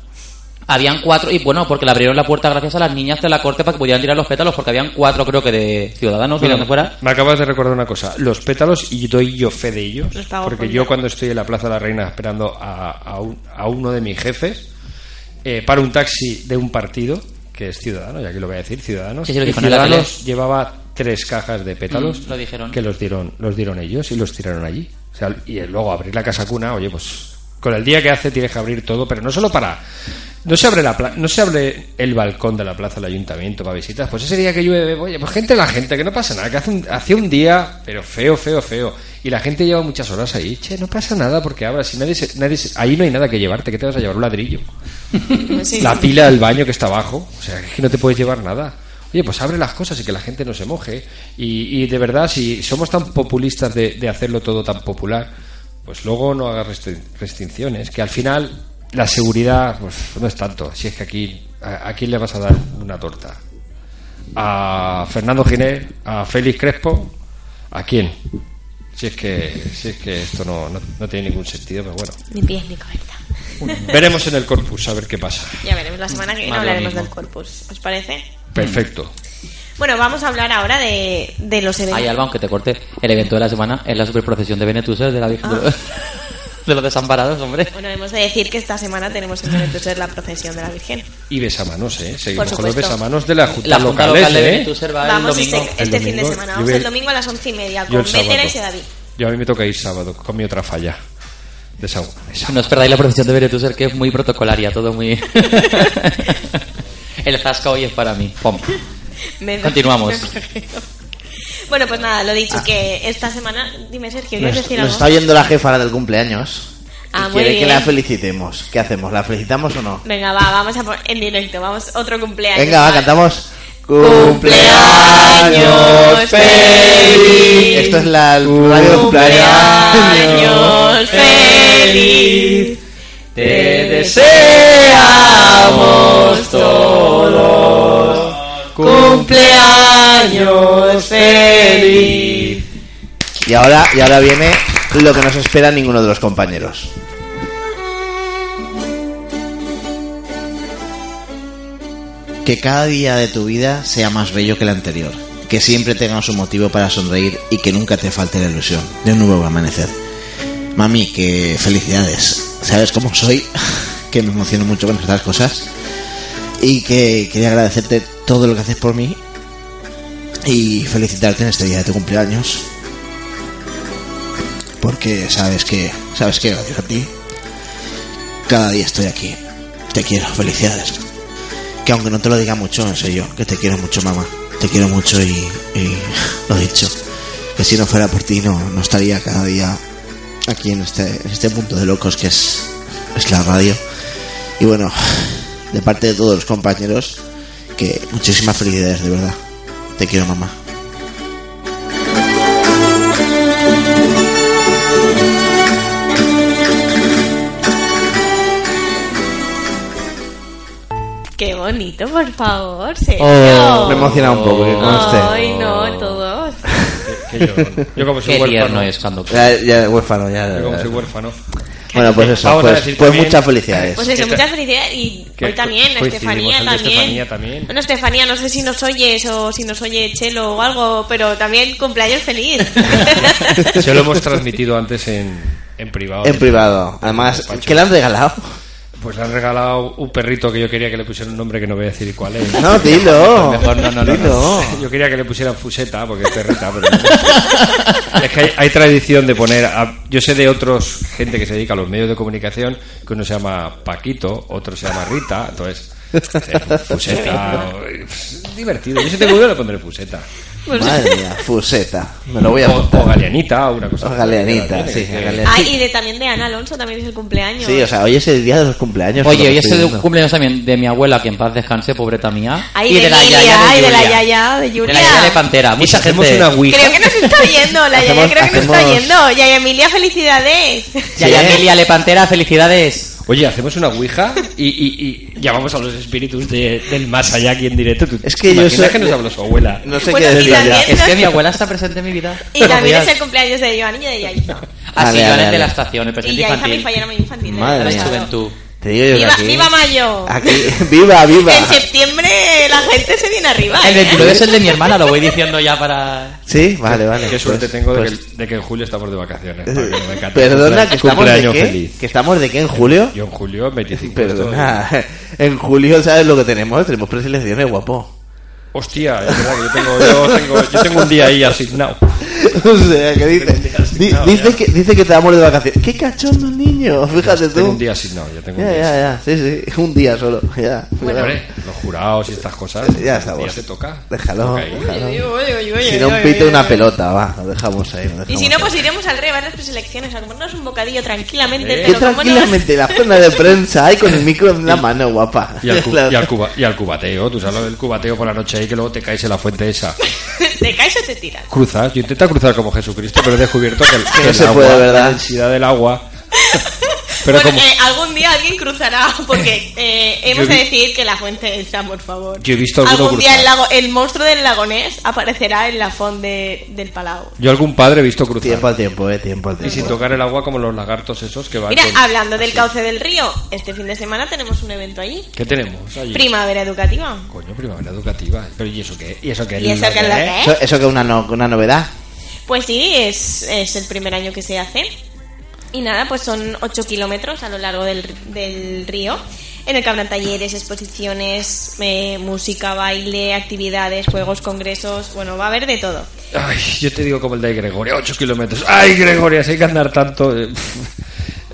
[SPEAKER 7] Habían cuatro, y bueno, porque le abrieron la puerta gracias a las niñas de la corte para que pudieran tirar los pétalos, porque habían cuatro, creo que de ciudadanos, o de
[SPEAKER 8] Mira,
[SPEAKER 7] donde fuera.
[SPEAKER 8] Me acabas de recordar una cosa. Los pétalos, y doy yo fe de ellos,
[SPEAKER 7] Los pago
[SPEAKER 8] porque
[SPEAKER 7] con
[SPEAKER 8] yo cuando estoy en la Plaza de la Reina esperando a, a un- a uno de mis jefes, eh, para un taxi de un partido, que es ciudadano, ya que lo voy a decir, ciudadanos,
[SPEAKER 7] Sí, sí, lo
[SPEAKER 8] y
[SPEAKER 7] dijo en la
[SPEAKER 8] ciudadanos llevaba tres cajas de pétalos
[SPEAKER 7] Mm, lo dijeron.
[SPEAKER 8] que los dieron, los dieron ellos y los tiraron allí. O sea, y eh, luego abrir la casa cuna, oye, pues con el día que hace tienes que abrir todo, pero no solo para no se abre la pla- no se abre el balcón de la plaza del ayuntamiento para visitas. Pues ese día que llueve, oye, pues gente la gente, que no pasa nada, que hace un, hacía un día, pero feo, feo, feo. Y la gente lleva muchas horas ahí, che, no pasa nada porque ahora si nadie se- nadie se- ahí no hay nada que llevarte, que te vas a llevar un ladrillo. La pila del baño que está abajo, o sea, es que no te puedes llevar nada. Oye, pues abre las cosas y que la gente no se moje. Y, y de verdad, si somos tan populistas de, de hacerlo todo tan popular, pues luego no hagas restri- restricciones, que al final La seguridad, pues no es tanto. Si es que aquí, ¿a, a quién le vas a dar una torta? ¿A Fernando Ginés? ¿A Félix Crespo? ¿A quién? Si es que, si es que esto no, no, no tiene ningún sentido, pero bueno.
[SPEAKER 5] Ni pies ni cabeza.
[SPEAKER 8] Veremos en el corpus a ver qué pasa.
[SPEAKER 5] Ya veremos la semana
[SPEAKER 8] Más
[SPEAKER 5] que viene
[SPEAKER 8] lo
[SPEAKER 5] hablaremos
[SPEAKER 8] mismo.
[SPEAKER 5] del corpus. ¿Os parece?
[SPEAKER 8] Perfecto.
[SPEAKER 5] Bueno, vamos a hablar ahora de, de los eventos.
[SPEAKER 7] Ay, Alba, aunque te corte, el evento de la semana es la superprocesión de Benetuser de la Virgen
[SPEAKER 5] Ah.
[SPEAKER 7] de los- de los desamparados, hombre.
[SPEAKER 5] Bueno, hemos de decir que esta semana tenemos en Benetúser la procesión de la Virgen.
[SPEAKER 8] Y besamanos, ¿eh? Seguimos
[SPEAKER 5] Por
[SPEAKER 8] con los
[SPEAKER 5] supuesto.
[SPEAKER 8] besamanos de la Junta,
[SPEAKER 7] La Junta
[SPEAKER 8] Local,
[SPEAKER 7] Local de
[SPEAKER 8] ¿eh?
[SPEAKER 7] Benetúser va
[SPEAKER 5] vamos este, este fin de
[SPEAKER 8] domingo.
[SPEAKER 5] semana.
[SPEAKER 8] Yo
[SPEAKER 5] Vamos
[SPEAKER 8] voy a-
[SPEAKER 5] el domingo a las once y media
[SPEAKER 8] yo el
[SPEAKER 5] con Métera y
[SPEAKER 8] sábado.
[SPEAKER 5] Sedaví.
[SPEAKER 8] Yo a mí me toca ir sábado, con mi otra falla. De esa- esa-
[SPEAKER 7] No os perdáis la profesión de Benetuser, que es muy protocolaria, todo muy. el zasca hoy es para mí. Pom.
[SPEAKER 5] Me-
[SPEAKER 7] Continuamos.
[SPEAKER 5] me mareo. bueno, pues nada, lo dicho, que esta semana... Dime, Sergio, ¿quieres
[SPEAKER 2] Ah. Nos,
[SPEAKER 5] decir
[SPEAKER 2] nos
[SPEAKER 5] algo?
[SPEAKER 2] está oyendo la jefa del cumpleaños.
[SPEAKER 5] Ah,
[SPEAKER 2] Y
[SPEAKER 5] muy
[SPEAKER 2] quiere que
[SPEAKER 5] bien.
[SPEAKER 2] la felicitemos. ¿Qué hacemos? ¿La felicitamos o no?
[SPEAKER 5] Venga, va, vamos a por... en directo, vamos, otro cumpleaños.
[SPEAKER 2] Venga, va, cantamos. Cumpleaños feliz. Esto es la el radio de cumpleaños feliz. Te deseamos todos cumpleaños feliz. Y ahora, y ahora viene lo que nos espera ninguno de los compañeros. Que cada día de tu vida sea más bello que el anterior. Que siempre tengas un motivo para sonreír y que nunca te falte la ilusión de un nuevo amanecer. Mami, que felicidades. ¿Sabes cómo soy? que me emociono mucho con estas cosas. Y que quería agradecerte todo lo que haces por mí. Y felicitarte en este día de tu cumpleaños. Porque sabes que, sabes que gracias a ti, cada día estoy aquí. Te quiero, felicidades que aunque no te lo diga mucho, en serio, que te quiero mucho, mamá. Te quiero mucho y, y lo dicho. Que si no fuera por ti, no, no estaría cada día aquí en este, en este mundo de locos que es, es la radio. Y bueno, de parte de todos los compañeros, que muchísimas felicidades, de verdad. Te quiero, mamá.
[SPEAKER 5] Qué bonito, por favor, Sergio.
[SPEAKER 2] Oh, me he emocionado un poco, que Oh. conste.
[SPEAKER 5] Ay, no, todos.
[SPEAKER 8] Yo como soy
[SPEAKER 7] Qué
[SPEAKER 8] huérfano.
[SPEAKER 7] tierno es cuando.
[SPEAKER 2] Ya, ya, huérfano, ya.
[SPEAKER 8] Yo como
[SPEAKER 2] ya.
[SPEAKER 8] soy huérfano.
[SPEAKER 2] Bueno, pues eso,
[SPEAKER 8] Vamos a
[SPEAKER 2] pues-
[SPEAKER 8] decir
[SPEAKER 2] pues
[SPEAKER 8] también-
[SPEAKER 2] muchas felicidades.
[SPEAKER 5] Pues eso,
[SPEAKER 8] Que-
[SPEAKER 5] muchas felicidades. Y
[SPEAKER 8] que
[SPEAKER 5] hoy también,
[SPEAKER 8] coincidimos
[SPEAKER 5] Estefanía
[SPEAKER 8] en el de
[SPEAKER 5] también.
[SPEAKER 8] Estefanía también.
[SPEAKER 5] Bueno, Estefanía, no sé si nos oyes o si nos oye Chelo o algo, pero también cumpleaños feliz.
[SPEAKER 8] Se lo hemos transmitido antes en, en privado.
[SPEAKER 2] En privado. Además, ¿qué le han regalado?
[SPEAKER 8] Pues le han regalado un perrito que yo quería que le pusieran un nombre que no voy a decir cuál es.
[SPEAKER 2] No, dilo.
[SPEAKER 8] Mejor no, no, no, no.
[SPEAKER 2] Dilo.
[SPEAKER 8] Yo quería que le pusieran Fuseta porque es perrita, pero no. Es que hay, hay tradición de poner. a- yo sé de otros gente que se dedica a los medios de comunicación que uno se llama Paquito, otro se llama Rita, entonces. eh, Fuseta. o- es divertido. Yo si tengo uno le pondré Fuseta.
[SPEAKER 2] Madre mía, Fuseta. Me lo voy a
[SPEAKER 8] O-
[SPEAKER 2] apuntar.
[SPEAKER 8] o Galeanita, o una cosa.
[SPEAKER 2] O Galeanita,
[SPEAKER 8] Tiene
[SPEAKER 2] sí,
[SPEAKER 8] que-
[SPEAKER 2] Galeanita.
[SPEAKER 5] Ah, y de, también de Ana Alonso, también es el cumpleaños.
[SPEAKER 2] Sí, o sea, hoy es el día de los cumpleaños.
[SPEAKER 7] Oye, hoy
[SPEAKER 2] yo
[SPEAKER 7] es el cumpleaños también de mi abuela, que en paz descanse, pobreta mía.
[SPEAKER 5] Ay,
[SPEAKER 7] y
[SPEAKER 5] de,
[SPEAKER 7] de, la
[SPEAKER 5] Lilia,
[SPEAKER 7] yaya de
[SPEAKER 5] ay, de la
[SPEAKER 7] Julia.
[SPEAKER 5] Yaya, de Julia.
[SPEAKER 7] De la yaya de Pantera. Mucha
[SPEAKER 8] hacemos
[SPEAKER 7] gente.
[SPEAKER 8] una ouija.
[SPEAKER 5] Creo que nos está oyendo, la Yaya
[SPEAKER 7] Hacemos-
[SPEAKER 5] creo que nos está
[SPEAKER 7] hacemos-
[SPEAKER 5] oyendo. Yaya Emilia, felicidades.
[SPEAKER 7] Yaya
[SPEAKER 2] ¿eh?
[SPEAKER 7] Emilia Le Pantera, felicidades.
[SPEAKER 8] Oye, hacemos una ouija y, y, y llamamos a los espíritus de- del más allá aquí en directo. Es
[SPEAKER 2] que yo soy-
[SPEAKER 8] que nos habló su abuela.
[SPEAKER 2] No sé
[SPEAKER 5] Bueno,
[SPEAKER 2] qué
[SPEAKER 5] y
[SPEAKER 2] decir
[SPEAKER 5] también-
[SPEAKER 2] ya.
[SPEAKER 7] Es que mi abuela está presente en mi vida.
[SPEAKER 5] Y también
[SPEAKER 7] Buenos
[SPEAKER 5] es el
[SPEAKER 7] días.
[SPEAKER 5] cumpleaños de Joan y de Yaiza.
[SPEAKER 7] Ah, sí,
[SPEAKER 2] Ale,
[SPEAKER 7] Joan
[SPEAKER 2] ale,
[SPEAKER 7] es de
[SPEAKER 2] ale.
[SPEAKER 7] la estación, el
[SPEAKER 5] Y
[SPEAKER 7] presente
[SPEAKER 5] Yaiza mi
[SPEAKER 7] infantil.
[SPEAKER 5] fallera muy infantil. ¿eh?
[SPEAKER 2] Madre
[SPEAKER 7] La
[SPEAKER 2] mía.
[SPEAKER 7] juventud.
[SPEAKER 2] Te digo yo que
[SPEAKER 5] Viva,
[SPEAKER 2] aquí-
[SPEAKER 5] viva Mayo.
[SPEAKER 2] aquí- viva, viva.
[SPEAKER 5] En septiembre la gente se viene arriba.
[SPEAKER 7] Ah, El
[SPEAKER 5] ¿eh?
[SPEAKER 7] 29 es el de mi hermana, lo voy diciendo ya para.
[SPEAKER 2] Sí, vale, vale.
[SPEAKER 8] Qué suerte
[SPEAKER 2] Pues-
[SPEAKER 8] tengo de,
[SPEAKER 2] pues- Eh,
[SPEAKER 8] que, de que en julio estamos de vacaciones. para que no me encanta.
[SPEAKER 2] Perdona, que estamos de
[SPEAKER 8] Cumpleaños
[SPEAKER 2] qué?
[SPEAKER 8] feliz.
[SPEAKER 2] ¿Que estamos de qué en julio?
[SPEAKER 8] Yo en julio, en 25.
[SPEAKER 2] Perdona. En julio, ¿sabes lo que tenemos? Tenemos preselecciones, guapo.
[SPEAKER 8] estoy- Hostia, es verdad que yo tengo, yo, tengo, yo tengo un día ahí asignado.
[SPEAKER 2] O sea, que dice, di-
[SPEAKER 8] asignado,
[SPEAKER 2] dice,
[SPEAKER 8] ya.
[SPEAKER 2] que, dice que te damos de vacaciones. ¡Qué cachondo el niño! Fíjate
[SPEAKER 8] Tengo
[SPEAKER 2] tú.
[SPEAKER 8] un día asignado, ya tengo un
[SPEAKER 2] Ya,
[SPEAKER 8] día.
[SPEAKER 2] ya, ya. Sí, sí. Un día solo. Ya.
[SPEAKER 8] asignado.
[SPEAKER 2] Cuidado.
[SPEAKER 8] Hombre, los jurados y estas cosas.
[SPEAKER 2] Ya
[SPEAKER 8] un día
[SPEAKER 2] estamos.
[SPEAKER 8] te toca.
[SPEAKER 2] Déjalo.
[SPEAKER 8] Toca ahí.
[SPEAKER 2] déjalo.
[SPEAKER 5] Oye, oye, oye,
[SPEAKER 2] Si no,
[SPEAKER 5] oye,
[SPEAKER 2] un
[SPEAKER 5] oye,
[SPEAKER 2] pito y una
[SPEAKER 5] oye.
[SPEAKER 2] pelota, va. Lo dejamos ahí. lo
[SPEAKER 5] Y
[SPEAKER 2] dejamos
[SPEAKER 5] si no,
[SPEAKER 2] ahí.
[SPEAKER 5] pues iremos al rey a las preselecciones a comernos un bocadillo tranquilamente.
[SPEAKER 2] Yo
[SPEAKER 5] Pero como no-
[SPEAKER 2] tranquilamente la zona de prensa ahí con el micro en la mano, guapa.
[SPEAKER 8] Y al, cu-
[SPEAKER 2] Claro.
[SPEAKER 8] y al cuba- y al cubateo, tú sabes el cubateo por la noche ahí que luego te caes en la fuente esa.
[SPEAKER 5] ¿Te caes o te tiras?
[SPEAKER 8] cruzas, yo intento cruzar como Jesucristo, pero he descubierto que, el- que
[SPEAKER 2] no
[SPEAKER 8] el
[SPEAKER 2] se
[SPEAKER 8] agua,
[SPEAKER 2] puede, ¿verdad?
[SPEAKER 8] la densidad del agua Pero
[SPEAKER 5] bueno,
[SPEAKER 8] como-
[SPEAKER 5] eh, algún día alguien cruzará, porque eh, hemos
[SPEAKER 8] Yo
[SPEAKER 5] de
[SPEAKER 8] vi-
[SPEAKER 5] decir que la fuente está, por favor.
[SPEAKER 8] Yo he visto alguno
[SPEAKER 5] Algún día
[SPEAKER 8] cruzar.
[SPEAKER 5] el, lago, el monstruo del lagonés aparecerá en la font de- del Palau.
[SPEAKER 8] Yo algún padre he visto cruzar.
[SPEAKER 2] Tiempo al tiempo, eh, tiempo al
[SPEAKER 8] Y
[SPEAKER 2] tiempo.
[SPEAKER 8] sin tocar el agua como los lagartos esos que van.
[SPEAKER 5] Mira,
[SPEAKER 8] con-
[SPEAKER 5] hablando del cauce del río, este fin de semana tenemos un evento allí.
[SPEAKER 8] ¿Qué tenemos allí?
[SPEAKER 5] Primavera educativa.
[SPEAKER 8] Coño, primavera educativa. eh. Pero ¿y eso qué? ¿Y eso qué?
[SPEAKER 5] ¿Y eso qué es lo que es?
[SPEAKER 2] Eso, eso que es una, no- una novedad.
[SPEAKER 5] Pues sí, es, es el primer año que se hace. Y nada, pues son 8 kilómetros a lo largo del, del río, en el que habrán talleres, exposiciones, eh, música, baile, actividades, juegos, congresos, bueno, va a haber de todo.
[SPEAKER 8] Ay, yo te digo como el de Gregoria, 8 kilómetros. Ay, Gregoria, si hay que andar tanto. eh,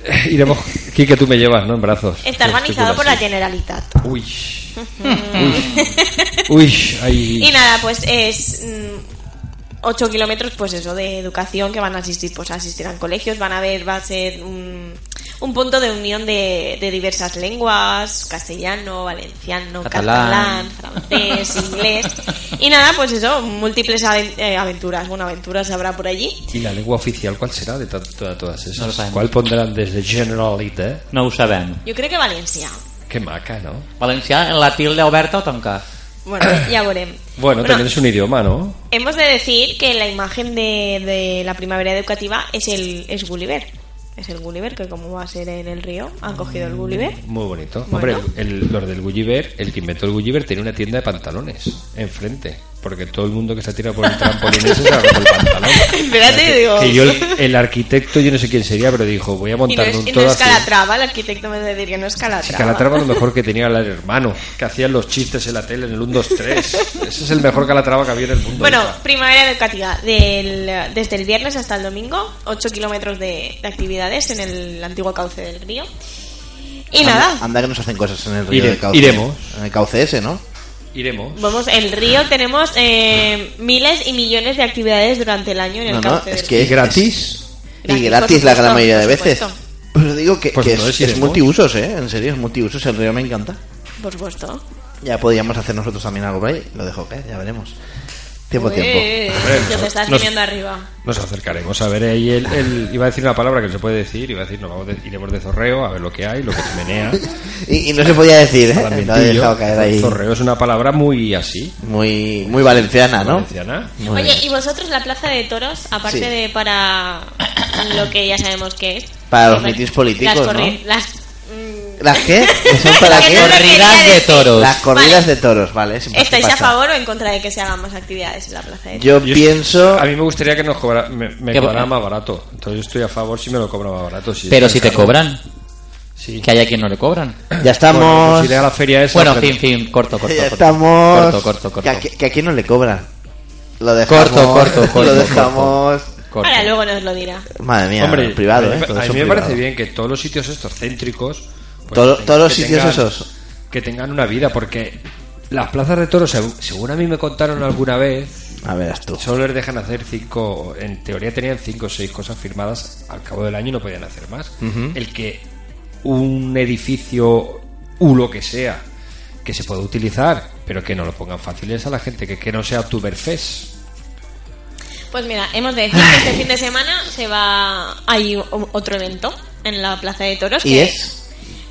[SPEAKER 8] Iremos. Quique, tú me llevas, ¿no? En brazos.
[SPEAKER 5] Está organizado por la Generalitat.
[SPEAKER 8] Uy. Uy, ay.
[SPEAKER 5] Y nada, pues es 8 kilómetros, pues eso, de educación que van a asistir, pues asistirán colegios, van a ver, va a ser un, un punto de unión de, de diversas lenguas, castellano, valenciano, catalán,
[SPEAKER 7] Catalán.
[SPEAKER 5] francés, inglés. Y nada, pues eso, múltiples aven- eh, aventuras, bueno, aventuras habrá por allí.
[SPEAKER 8] ¿Y la lengua oficial cuál será de to- to- todas
[SPEAKER 7] No lo
[SPEAKER 8] esas?
[SPEAKER 7] sabemos.
[SPEAKER 8] ¿Cuál pondrán desde Generalitat? No lo saben.
[SPEAKER 5] Yo creo que Valencia.
[SPEAKER 8] Qué eh? maca, ¿no?
[SPEAKER 7] Valencià, en la tilde oberta o tancada.
[SPEAKER 5] Bueno, ya veremos.
[SPEAKER 8] Bueno,
[SPEAKER 5] Bueno.
[SPEAKER 8] también es un idioma, ¿no?
[SPEAKER 5] Hemos de decir que la imagen de, de la primavera educativa es el es Gulliver. Es el Gulliver, que como va a ser en el río, han cogido el Gulliver.
[SPEAKER 8] Muy bonito.
[SPEAKER 5] Bueno.
[SPEAKER 8] Hombre, el, los del Gulliver, el que inventó el Gulliver, tenía una tienda de pantalones enfrente. Porque todo el mundo que se tira por el trampolín ese se rompe el pantalón.
[SPEAKER 5] Espérate, digo.
[SPEAKER 8] Que yo, el, el arquitecto, yo no sé quién sería, pero dijo, voy a
[SPEAKER 5] y no
[SPEAKER 8] montar
[SPEAKER 5] es,
[SPEAKER 8] un
[SPEAKER 5] y no
[SPEAKER 8] todo
[SPEAKER 5] es
[SPEAKER 8] así.
[SPEAKER 5] Calatrava, el arquitecto me decir que no es
[SPEAKER 8] Sí,
[SPEAKER 5] Calatrava.
[SPEAKER 8] Calatrava a lo mejor que tenía era el hermano, que hacían los chistes en la tele en el 1, 2, 3. Ese es el mejor Calatrava que había en el mundo.
[SPEAKER 5] Bueno,
[SPEAKER 8] hija.
[SPEAKER 5] primavera educativa, del, desde el viernes hasta el domingo, 8 kilómetros de, de actividades en el antiguo cauce del río. Y
[SPEAKER 2] Anda-
[SPEAKER 5] nada,
[SPEAKER 2] Anda, que nos hacen cosas en el río
[SPEAKER 8] Ire-
[SPEAKER 2] de cauce.
[SPEAKER 8] iremos.
[SPEAKER 2] En el cauce ese, ¿no?
[SPEAKER 8] Iremos.
[SPEAKER 5] Vamos, el río tenemos eh, miles y millones de actividades durante el año en el
[SPEAKER 2] No, no,
[SPEAKER 5] cauce
[SPEAKER 2] es
[SPEAKER 5] del
[SPEAKER 2] que
[SPEAKER 5] río.
[SPEAKER 2] es gratis. Y
[SPEAKER 5] Gratis,
[SPEAKER 2] gratis
[SPEAKER 5] por
[SPEAKER 2] la gran
[SPEAKER 5] supuesto,
[SPEAKER 2] mayoría de
[SPEAKER 5] por
[SPEAKER 2] veces.
[SPEAKER 5] supuesto.
[SPEAKER 2] Pues os digo que,
[SPEAKER 8] Pues
[SPEAKER 2] que
[SPEAKER 8] entonces
[SPEAKER 2] es, es
[SPEAKER 8] iremos.
[SPEAKER 2] multiusos, ¿eh? En serio, es multiusos. El río me encanta.
[SPEAKER 5] Por supuesto.
[SPEAKER 2] Ya podríamos hacer nosotros también algo por ahí. Lo dejo caer, ya veremos. Tiempo,
[SPEAKER 5] Ué,
[SPEAKER 2] tiempo.
[SPEAKER 5] que te estás
[SPEAKER 8] nos-
[SPEAKER 5] viniendo arriba.
[SPEAKER 8] Nos acercaremos a ver ahí el, el- Iba a decir una palabra que no se puede decir, iba a decir, nos vamos de- iremos de zorreo a ver lo que hay, lo que se menea.
[SPEAKER 2] Y, y no se podía decir,
[SPEAKER 8] Al
[SPEAKER 2] ¿eh? Lo he
[SPEAKER 8] ambientillo.
[SPEAKER 2] dejado caer ahí.
[SPEAKER 8] Zorreo es una palabra muy así.
[SPEAKER 2] Muy, muy valenciana, ¿no?
[SPEAKER 8] Valenciana.
[SPEAKER 2] Muy
[SPEAKER 5] Oye,
[SPEAKER 2] bien.
[SPEAKER 5] ¿y vosotros la plaza de toros, aparte
[SPEAKER 2] Sí.
[SPEAKER 5] de para lo que ya sabemos que es?
[SPEAKER 2] Para los mítines políticos,
[SPEAKER 5] las
[SPEAKER 2] ¿no?
[SPEAKER 5] corri- las- mm,
[SPEAKER 2] ¿Las qué? ¿Que ¿Son para
[SPEAKER 5] Que
[SPEAKER 2] qué?
[SPEAKER 5] no lo quería Corridas de decir. toros.
[SPEAKER 2] Las corridas de toros, Pues vale. eso pasa,
[SPEAKER 5] ¿Estáis a
[SPEAKER 2] pasa.
[SPEAKER 5] favor o en contra de que se hagan más actividades en la plaza de toros?
[SPEAKER 2] Yo pienso...
[SPEAKER 8] A mí me gustaría que nos cobra, me, me
[SPEAKER 7] Que-
[SPEAKER 8] cobrara más barato. Entonces yo estoy a favor si me lo cobran más barato. Si es
[SPEAKER 7] Pero si te
[SPEAKER 8] pensarlo.
[SPEAKER 7] cobran.
[SPEAKER 8] Sí.
[SPEAKER 7] Que hay a quien no le cobran.
[SPEAKER 2] Ya estamos...
[SPEAKER 8] Bueno, pues iré a la feria esa,
[SPEAKER 7] Bueno,
[SPEAKER 8] pero-
[SPEAKER 7] fin, fin, corto, corto.
[SPEAKER 2] ya
[SPEAKER 7] corto.
[SPEAKER 2] estamos...
[SPEAKER 7] Corto, corto, corto.
[SPEAKER 2] Que, a, que a quién no le cobran. Lo dejamos...
[SPEAKER 7] Corto, corto, corto,
[SPEAKER 2] Lo
[SPEAKER 7] corto.
[SPEAKER 2] dejamos...
[SPEAKER 7] Corto.
[SPEAKER 5] Ahora luego nos lo dirá.
[SPEAKER 2] Madre mía,
[SPEAKER 8] Hombre,
[SPEAKER 2] privado,
[SPEAKER 8] a mí,
[SPEAKER 2] ¿eh?
[SPEAKER 8] me-
[SPEAKER 2] Todo
[SPEAKER 8] a
[SPEAKER 2] eso
[SPEAKER 8] mí me
[SPEAKER 2] privado.
[SPEAKER 8] parece bien que todos los sitios estos céntricos. pues,
[SPEAKER 2] Todo-
[SPEAKER 8] que-
[SPEAKER 2] todos los
[SPEAKER 8] que
[SPEAKER 2] sitios
[SPEAKER 8] tengan-
[SPEAKER 2] esos.
[SPEAKER 8] Que tengan una vida, porque las plazas de toros, seg- según a mí me contaron alguna vez,
[SPEAKER 2] A ver, tú.
[SPEAKER 8] solo les dejan hacer cinco. En teoría tenían cinco o seis cosas firmadas al cabo del año y no podían hacer más.
[SPEAKER 2] Ujú.
[SPEAKER 8] El que un edificio u lo que sea que se pueda utilizar, pero que no lo pongan fáciles a la gente, que, que no sea Tuberfest.
[SPEAKER 5] Pues mira, hemos de decir que este fin de semana se va hay o- otro evento en la plaza de toros.
[SPEAKER 2] ¿Y
[SPEAKER 5] que-
[SPEAKER 2] es?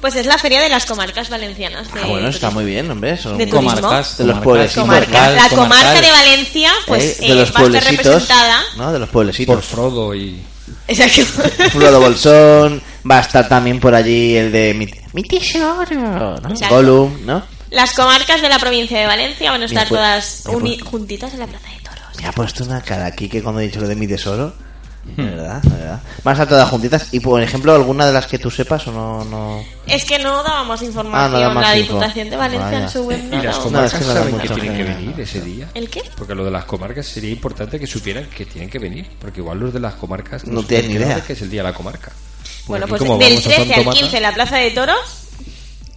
[SPEAKER 5] Pues es la feria de las comarcas valencianas. de
[SPEAKER 2] Ah, bueno, está
[SPEAKER 5] turismo.
[SPEAKER 2] muy bien, hombre. Son
[SPEAKER 5] De turismo. Comarcas,
[SPEAKER 2] de los
[SPEAKER 7] comarcas,
[SPEAKER 2] pueblecitos.
[SPEAKER 7] comarcas.
[SPEAKER 2] ¿no?
[SPEAKER 5] La comarca
[SPEAKER 7] comarcal.
[SPEAKER 5] de Valencia, pues
[SPEAKER 2] Eh, de
[SPEAKER 5] eh,
[SPEAKER 2] los
[SPEAKER 5] va a estar
[SPEAKER 2] pueblecitos,
[SPEAKER 5] representada.
[SPEAKER 2] ¿no? De los pueblecitos.
[SPEAKER 8] Por Frodo y.
[SPEAKER 5] Exacto.
[SPEAKER 2] Floro Bolsón, va a estar también por allí el de mi, mi tesoro, ¿no?
[SPEAKER 5] Exacto.
[SPEAKER 2] Gollum, ¿no?
[SPEAKER 5] Las comarcas de la provincia de Valencia van a estar
[SPEAKER 2] Bien, pues,
[SPEAKER 5] todas
[SPEAKER 2] bien,
[SPEAKER 5] uni-
[SPEAKER 2] pues.
[SPEAKER 5] juntitas en la plaza de toros.
[SPEAKER 2] Me ha puesto una cara aquí que cuando he dicho lo de mi tesoro. De verdad, de verdad. Van a estar todas juntitas. Y por ejemplo, alguna de las que tú sepas o no. no...
[SPEAKER 5] Es que no dábamos
[SPEAKER 2] Ah,
[SPEAKER 5] información.
[SPEAKER 2] no da más
[SPEAKER 5] la
[SPEAKER 2] info.
[SPEAKER 5] Diputación de Valencia
[SPEAKER 2] Vaya.
[SPEAKER 5] en su web
[SPEAKER 8] Y
[SPEAKER 5] no
[SPEAKER 8] las
[SPEAKER 5] daba-
[SPEAKER 2] No, es que
[SPEAKER 8] comarcas
[SPEAKER 2] me da
[SPEAKER 8] saben que
[SPEAKER 2] mucha
[SPEAKER 8] tienen que
[SPEAKER 2] pena.
[SPEAKER 8] venir ese día.
[SPEAKER 5] ¿El qué?
[SPEAKER 8] Porque lo de las comarcas sería importante que supieran que tienen que venir. Porque igual los de las comarcas
[SPEAKER 2] No
[SPEAKER 8] se han
[SPEAKER 2] tienen ni
[SPEAKER 8] enterado
[SPEAKER 2] idea.
[SPEAKER 8] de que es el día de la comarca.
[SPEAKER 5] Bueno,
[SPEAKER 8] aquí
[SPEAKER 5] pues
[SPEAKER 8] como
[SPEAKER 5] del
[SPEAKER 8] vamos a
[SPEAKER 5] 13 al
[SPEAKER 8] Santomata-
[SPEAKER 5] 15 en la plaza de toros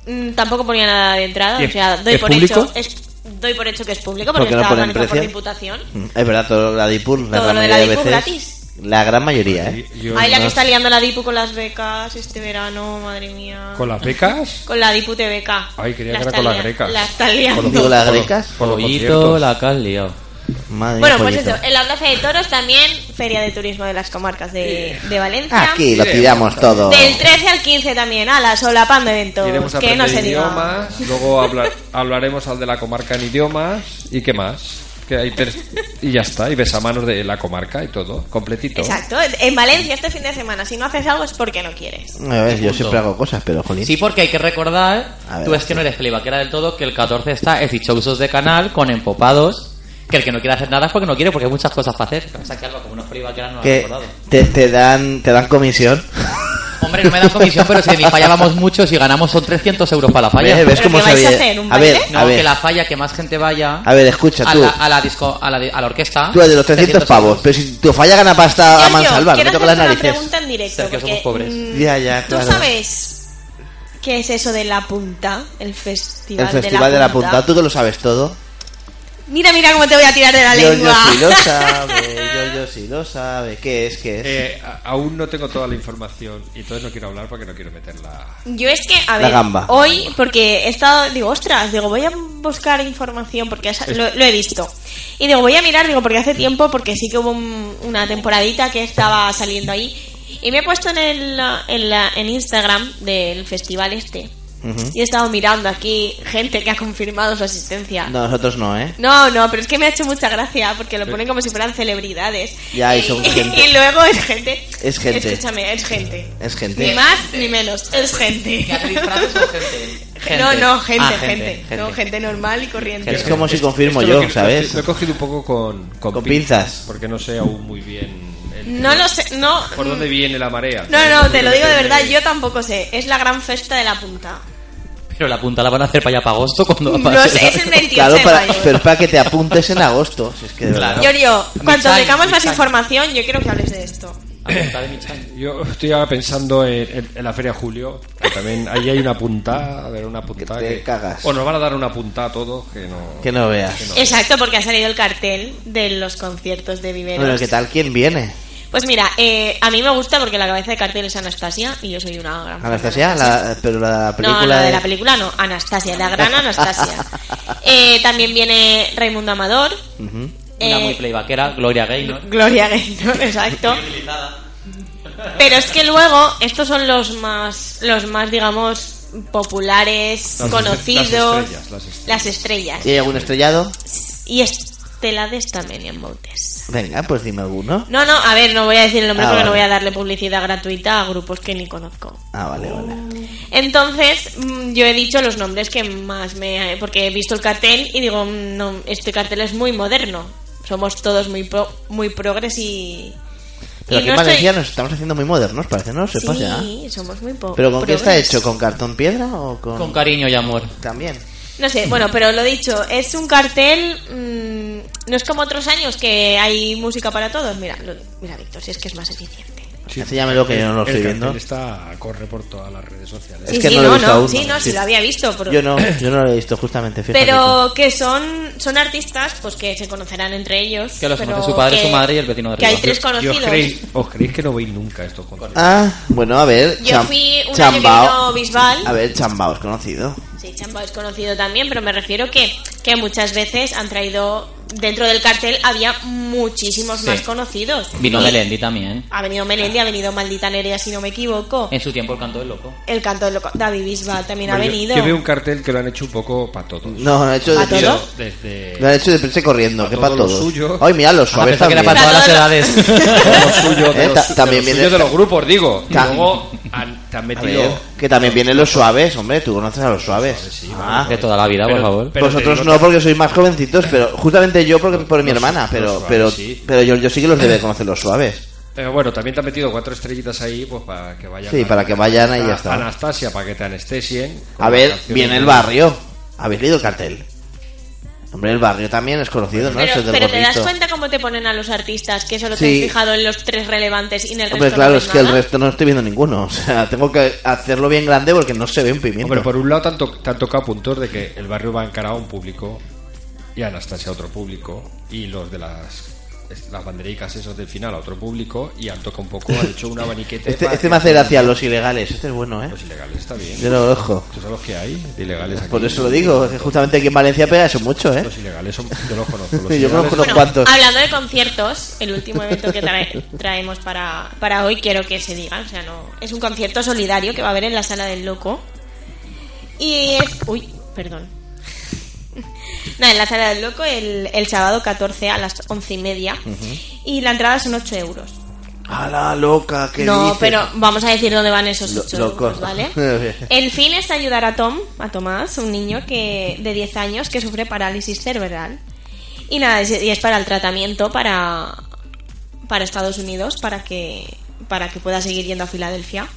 [SPEAKER 5] mm, tampoco ponía nada de entrada.
[SPEAKER 8] ¿Y
[SPEAKER 5] O
[SPEAKER 8] es-
[SPEAKER 5] sea, doy
[SPEAKER 8] es
[SPEAKER 5] por
[SPEAKER 8] público?
[SPEAKER 5] hecho. es- doy por hecho que es público porque,
[SPEAKER 2] Porque no
[SPEAKER 5] está
[SPEAKER 2] ponen
[SPEAKER 5] organizado por
[SPEAKER 2] precio.
[SPEAKER 5] Diputación.
[SPEAKER 2] Mm, Es verdad, todo la Dipur, la
[SPEAKER 5] Todo
[SPEAKER 2] gran
[SPEAKER 5] lo de la
[SPEAKER 2] mayoría de
[SPEAKER 5] Dipur
[SPEAKER 2] veces.
[SPEAKER 5] gratis.
[SPEAKER 2] La gran mayoría, ¿eh?
[SPEAKER 8] Yo
[SPEAKER 5] Ay, la que
[SPEAKER 8] más-
[SPEAKER 5] está liando la Dipu con las becas este verano, madre mía.
[SPEAKER 8] ¿Con las becas?
[SPEAKER 5] Con la Dipu TVK.
[SPEAKER 8] Ay, quería
[SPEAKER 5] La
[SPEAKER 8] que era
[SPEAKER 5] está
[SPEAKER 8] con las
[SPEAKER 5] lia-
[SPEAKER 8] grecas.
[SPEAKER 5] La está liando.
[SPEAKER 2] Digo, las grecas.
[SPEAKER 8] Por los
[SPEAKER 7] Pollito,
[SPEAKER 8] conciertos.
[SPEAKER 7] la que has liado.
[SPEAKER 2] Madre
[SPEAKER 5] Bueno,
[SPEAKER 2] mía,
[SPEAKER 5] pues
[SPEAKER 2] pollito.
[SPEAKER 5] eso, en la Plaza de Toros también, Feria de Turismo de las Comarcas de, de Valencia.
[SPEAKER 2] Aquí lo tiramos todo.
[SPEAKER 5] Del 13 al 15 también, a la solapán de
[SPEAKER 8] Iremos
[SPEAKER 5] eventos,
[SPEAKER 8] a
[SPEAKER 5] que no
[SPEAKER 8] aprender
[SPEAKER 5] se diga.
[SPEAKER 8] idiomas, luego habla- hablaremos al de la comarca en idiomas y qué más. Que hay tres- y ya está, y besamanos de la comarca y todo, completito.
[SPEAKER 5] Exacto, en Valencia este fin de semana, si no haces algo es porque no quieres.
[SPEAKER 2] A ver, Pues yo
[SPEAKER 7] Punto.
[SPEAKER 2] siempre hago cosas, pero jolín.
[SPEAKER 7] Sí, porque hay que recordar,
[SPEAKER 2] ver,
[SPEAKER 7] tú es que no eres celibaquera del todo, que el 14 está el Fichousos de Canal con Empopados, que el que no quiere hacer nada es porque no quiere, porque hay muchas cosas para hacer. O sea, que algo como unos celibaqueras no lo han
[SPEAKER 2] que
[SPEAKER 7] recordado.
[SPEAKER 2] te, te dan te dan comisión.
[SPEAKER 7] Hombre, no me da comisión, pero si de mi falla vamos muchos y ganamos son 300 euros para la falla.
[SPEAKER 2] ¿Ves? ¿Ves ¿Pero cómo qué vais a sabía? hacer, un A baile? ver,
[SPEAKER 7] no,
[SPEAKER 2] a ver.
[SPEAKER 7] que la falla, que más gente vaya...
[SPEAKER 2] A ver, escucha,
[SPEAKER 7] a
[SPEAKER 2] tú.
[SPEAKER 7] La, a, la disco, a, la, di- a la orquesta...
[SPEAKER 2] Tú eres de los 300 pavos, pero si tu falla gana pasta a
[SPEAKER 5] Sergio,
[SPEAKER 2] mansalva, no
[SPEAKER 5] quiero
[SPEAKER 2] te toca las
[SPEAKER 5] hacerte una
[SPEAKER 2] narices.
[SPEAKER 5] pregunta en directo.
[SPEAKER 7] Sergio, somos
[SPEAKER 5] porque,
[SPEAKER 7] pobres.
[SPEAKER 5] mm,
[SPEAKER 2] Ya, ya,
[SPEAKER 5] ¿Tú
[SPEAKER 2] claro.
[SPEAKER 5] sabes qué es eso de la punta? El festival,
[SPEAKER 2] El festival de la punta, tú que lo sabes todo.
[SPEAKER 5] Mira, mira cómo te voy a tirar de la
[SPEAKER 2] yo, yo
[SPEAKER 5] lengua.
[SPEAKER 2] sí lo sabe, yo, yo sí lo sabe. ¿Qué es? ¿Qué es?
[SPEAKER 8] Eh, a- aún no tengo toda la información y entonces no quiero hablar porque no quiero meterla.
[SPEAKER 5] Yo es que,
[SPEAKER 8] La
[SPEAKER 5] a ver,
[SPEAKER 8] gamba.
[SPEAKER 5] hoy, porque he estado, digo, ostras, digo, voy a buscar información porque esa- lo, lo he visto. Y digo, voy a mirar, digo, porque
[SPEAKER 8] Mm.
[SPEAKER 5] hace tiempo, porque sí que hubo un- una temporadita que estaba saliendo ahí. Y me he puesto en, el, en, la- en Instagram del festival este.
[SPEAKER 8] Mm.
[SPEAKER 5] Y he estado mirando aquí gente que ha confirmado su asistencia.
[SPEAKER 2] No, nosotros no, ¿eh?
[SPEAKER 5] No, no, pero es que me ha hecho mucha gracia porque lo ponen como si fueran celebridades.
[SPEAKER 2] Ya, y son gente.
[SPEAKER 5] Y luego es gente.
[SPEAKER 2] Es gente.
[SPEAKER 5] Escúchame, es gente.
[SPEAKER 2] Es
[SPEAKER 5] Ni
[SPEAKER 2] gente.
[SPEAKER 5] más ni menos, es gente.
[SPEAKER 2] Gente.
[SPEAKER 5] No, no, gente,
[SPEAKER 2] Ah,
[SPEAKER 5] gente,
[SPEAKER 2] gente, gente.
[SPEAKER 5] No, gente normal y corriente.
[SPEAKER 2] Es como si confirmo
[SPEAKER 8] Esto lo
[SPEAKER 2] yo,
[SPEAKER 8] que-
[SPEAKER 2] ¿sabes?
[SPEAKER 8] Lo he cogido un poco con, con,
[SPEAKER 2] Con pinzas.
[SPEAKER 8] Porque no sé aún muy bien. el-
[SPEAKER 5] No lo sé, no.
[SPEAKER 8] ¿Por dónde viene la marea?
[SPEAKER 5] No, no, te lo digo de verdad, yo tampoco sé. Es la gran festa de la punta.
[SPEAKER 7] Pero la punta la van a hacer para allá para agosto cuando...
[SPEAKER 5] No sé, es el 28
[SPEAKER 2] Claro,
[SPEAKER 5] de
[SPEAKER 2] para,
[SPEAKER 5] mayo.
[SPEAKER 2] pero es para que te apuntes en agosto. si es que de verdad.
[SPEAKER 5] Yorio, cuando
[SPEAKER 7] Michal,
[SPEAKER 5] tengamos más
[SPEAKER 7] Michal.
[SPEAKER 5] información, yo quiero que hables de esto.
[SPEAKER 8] Yo estoy ahora pensando en, en- en la Feria Julio. Que también ahí hay una punta. A ver, una punta.
[SPEAKER 2] Que te cagas.
[SPEAKER 8] O nos van a dar una punta a todos que no.
[SPEAKER 2] Que no veas.
[SPEAKER 5] Exacto, porque ha salido el cartel de los conciertos de Viveros.
[SPEAKER 2] Bueno, ¿qué tal? ¿Quién viene?
[SPEAKER 5] Pues mira, eh, a mí me gusta porque la cabeza de cartel es Anastasia y yo soy una gran fan de
[SPEAKER 2] Anastasia, la, pero la película
[SPEAKER 5] No, no, de la
[SPEAKER 2] de-
[SPEAKER 5] película no, Anastasia, la gran Anastasia. Eh, también viene Raimundo Amador,
[SPEAKER 7] Una
[SPEAKER 5] Eh,
[SPEAKER 7] muy playbackera, Gloria Gaynor.
[SPEAKER 2] Mm.
[SPEAKER 5] Gloria Gaynor, exacto. Pero es que luego estos son los más, los más digamos populares,
[SPEAKER 2] Las-
[SPEAKER 5] conocidos,
[SPEAKER 2] las estrellas, las estrellas.
[SPEAKER 5] las estrellas.
[SPEAKER 2] ¿Y hay algún estrellado?
[SPEAKER 5] Y Estela de Stamenian Moutes.
[SPEAKER 2] Venga, pues dime alguno.
[SPEAKER 5] No, no, a ver, no voy a decir el nombre
[SPEAKER 2] Ah,
[SPEAKER 5] porque no
[SPEAKER 2] vale.
[SPEAKER 5] voy a darle publicidad gratuita a grupos que ni conozco.
[SPEAKER 2] Ah, vale, vale.
[SPEAKER 5] Entonces, mm, yo he dicho los nombres que más me... Porque he visto el cartel y digo, mm, no, este cartel es muy moderno. Somos todos muy pro- muy progres y...
[SPEAKER 2] Pero
[SPEAKER 5] y
[SPEAKER 2] aquí en
[SPEAKER 5] no estoy-
[SPEAKER 2] Valencia nos estamos haciendo muy modernos, parece, ¿no? Se pasa.
[SPEAKER 5] Sí, somos muy po-
[SPEAKER 2] ¿Pero con qué está
[SPEAKER 5] progres.
[SPEAKER 2] hecho? ¿Con cartón piedra o con...?
[SPEAKER 7] Con cariño y amor.
[SPEAKER 2] También.
[SPEAKER 5] No sé, bueno, pero lo dicho, es un cartel... mm, no es como otros años que hay música para todos. Mira, lo- mira Víctor, si es que es más eficiente.
[SPEAKER 2] Enséñamelo que yo no lo
[SPEAKER 8] El
[SPEAKER 2] estoy
[SPEAKER 8] cartel
[SPEAKER 2] viendo.
[SPEAKER 8] Está, corre por todas las redes sociales.
[SPEAKER 5] Sí, sí, no, no, sí, no, sí lo había visto, pero-
[SPEAKER 2] Yo no, yo no lo he visto justamente, fíjate.
[SPEAKER 5] Pero que son, son artistas pues que se conocerán entre ellos.
[SPEAKER 2] Que los
[SPEAKER 5] pero
[SPEAKER 2] conoce su padre,
[SPEAKER 5] que-
[SPEAKER 2] su madre y el vecino de
[SPEAKER 5] Que hay
[SPEAKER 2] arriba.
[SPEAKER 5] tres
[SPEAKER 2] Yo- yo
[SPEAKER 5] conocidos.
[SPEAKER 8] ¿Os creéis, os creéis que no veis nunca estos conciertos?
[SPEAKER 2] Ah, bueno, a ver.
[SPEAKER 5] Yo
[SPEAKER 2] Cham-
[SPEAKER 5] fui un año que
[SPEAKER 2] Chambao.
[SPEAKER 5] vino Bisbal.
[SPEAKER 2] A ver, Chambao es conocido.
[SPEAKER 5] Sí, Chamba es conocido también, pero me refiero que, que muchas veces han traído... Dentro del cartel había muchísimos
[SPEAKER 7] Sí.
[SPEAKER 5] más conocidos.
[SPEAKER 7] Vino
[SPEAKER 5] Y
[SPEAKER 7] Melendi también.
[SPEAKER 5] Ha venido Melendi, ha venido Maldita Nerea, si no me equivoco.
[SPEAKER 7] En su tiempo el canto del loco.
[SPEAKER 5] El canto del loco. David Bisbal también
[SPEAKER 8] Hombre,
[SPEAKER 5] ha
[SPEAKER 8] yo-
[SPEAKER 5] venido.
[SPEAKER 8] Yo, veo un cartel que lo han hecho un poco para todos.
[SPEAKER 2] No, lo han hecho de
[SPEAKER 8] ¿Pa'
[SPEAKER 2] prisa.
[SPEAKER 8] todos? Desde-
[SPEAKER 2] Lo han hecho de prisa y corriendo, que para
[SPEAKER 8] todo lo
[SPEAKER 2] todos.
[SPEAKER 8] suyo.
[SPEAKER 2] Ay, mira, los
[SPEAKER 8] Ah,
[SPEAKER 2] suaves
[SPEAKER 8] pensé que
[SPEAKER 2] también.
[SPEAKER 8] era para Para todas las todos. edades. Para los suyos, de
[SPEAKER 2] Eh,
[SPEAKER 8] los-
[SPEAKER 2] ta-
[SPEAKER 8] de los
[SPEAKER 2] también
[SPEAKER 8] suyos,
[SPEAKER 2] viene-
[SPEAKER 8] de los grupos, digo. Y
[SPEAKER 2] Ta-
[SPEAKER 8] luego han- te han
[SPEAKER 2] A
[SPEAKER 8] metido-
[SPEAKER 2] ver, que también vienen los suaves, hombre, tú conoces a los suaves. Ah.
[SPEAKER 7] De toda la vida, por
[SPEAKER 2] Pero-
[SPEAKER 7] favor.
[SPEAKER 2] pero Vosotros no, porque sois más jovencitos, pero justamente yo porque por mi
[SPEAKER 8] Los-
[SPEAKER 2] hermana,
[SPEAKER 8] los
[SPEAKER 2] pero
[SPEAKER 8] suaves,
[SPEAKER 2] pero
[SPEAKER 8] sí.
[SPEAKER 2] pero yo, yo sí que los debe conocer los suaves.
[SPEAKER 8] Pero eh, bueno, también te han metido cuatro estrellitas ahí pues para que vayan.
[SPEAKER 2] Sí, para que vayan ahí y ya está.
[SPEAKER 8] Anastasia, para que te anestesien. con
[SPEAKER 2] A ver,
[SPEAKER 8] las canciones
[SPEAKER 2] viene el
[SPEAKER 8] de-
[SPEAKER 2] barrio. ¿Habéis leído el cartel? Hombre, el barrio también es conocido, ¿no?
[SPEAKER 5] Pero,
[SPEAKER 2] Eso es del
[SPEAKER 5] pero te das
[SPEAKER 2] gorrito.
[SPEAKER 5] cuenta cómo te ponen a los artistas, que solo
[SPEAKER 2] Sí.
[SPEAKER 5] te has fijado en los tres relevantes y en el
[SPEAKER 2] Hombre,
[SPEAKER 5] resto
[SPEAKER 2] claro,
[SPEAKER 5] no
[SPEAKER 2] es
[SPEAKER 5] ves
[SPEAKER 2] que el
[SPEAKER 5] nada?
[SPEAKER 2] resto no estoy viendo ninguno. O sea, tengo que hacerlo bien grande porque no se ve un pimiento.
[SPEAKER 8] Hombre, por un lado te han, to- te han tocado puntos de que el barrio va encarado a un público y Anastasia a otro público y los de las las bandericas esos del final a otro público y han tocado un poco, han hecho un abaniquete.
[SPEAKER 2] Este,
[SPEAKER 8] para
[SPEAKER 2] este
[SPEAKER 8] que-
[SPEAKER 2] me hace gracia, los ilegales. Este es bueno, ¿eh?
[SPEAKER 8] Los ilegales está bien.
[SPEAKER 2] Yo lo ojo.
[SPEAKER 8] Esos son los que hay, de ilegales aquí.
[SPEAKER 2] Por eso lo digo, que justamente aquí en Valencia pega eso mucho, ¿eh?
[SPEAKER 8] Los ilegales son, yo los conozco. Los
[SPEAKER 2] Yo
[SPEAKER 8] ilegales
[SPEAKER 2] conozco unos
[SPEAKER 8] son-
[SPEAKER 2] cuantos.
[SPEAKER 5] Hablando de conciertos, el último evento que trae- traemos para, para hoy, quiero que se diga, o sea, no, es un concierto solidario que va a haber en la Sala del Loco. Y es... Uy, perdón. No, en la Sala del Loco el, el sábado 14 a las 11 y media.
[SPEAKER 2] Mm.
[SPEAKER 5] Y la entrada son 8 euros.
[SPEAKER 2] A la loca, que
[SPEAKER 5] No, pero vamos a decir dónde van esos 8 euros,
[SPEAKER 2] locos,
[SPEAKER 5] ¿vale? El fin es ayudar a Tom, a Tomás, un niño que de 10 años que sufre parálisis cerebral. Y nada, es, y es para el tratamiento para, para Estados Unidos, para que, para que pueda seguir yendo a Filadelfia.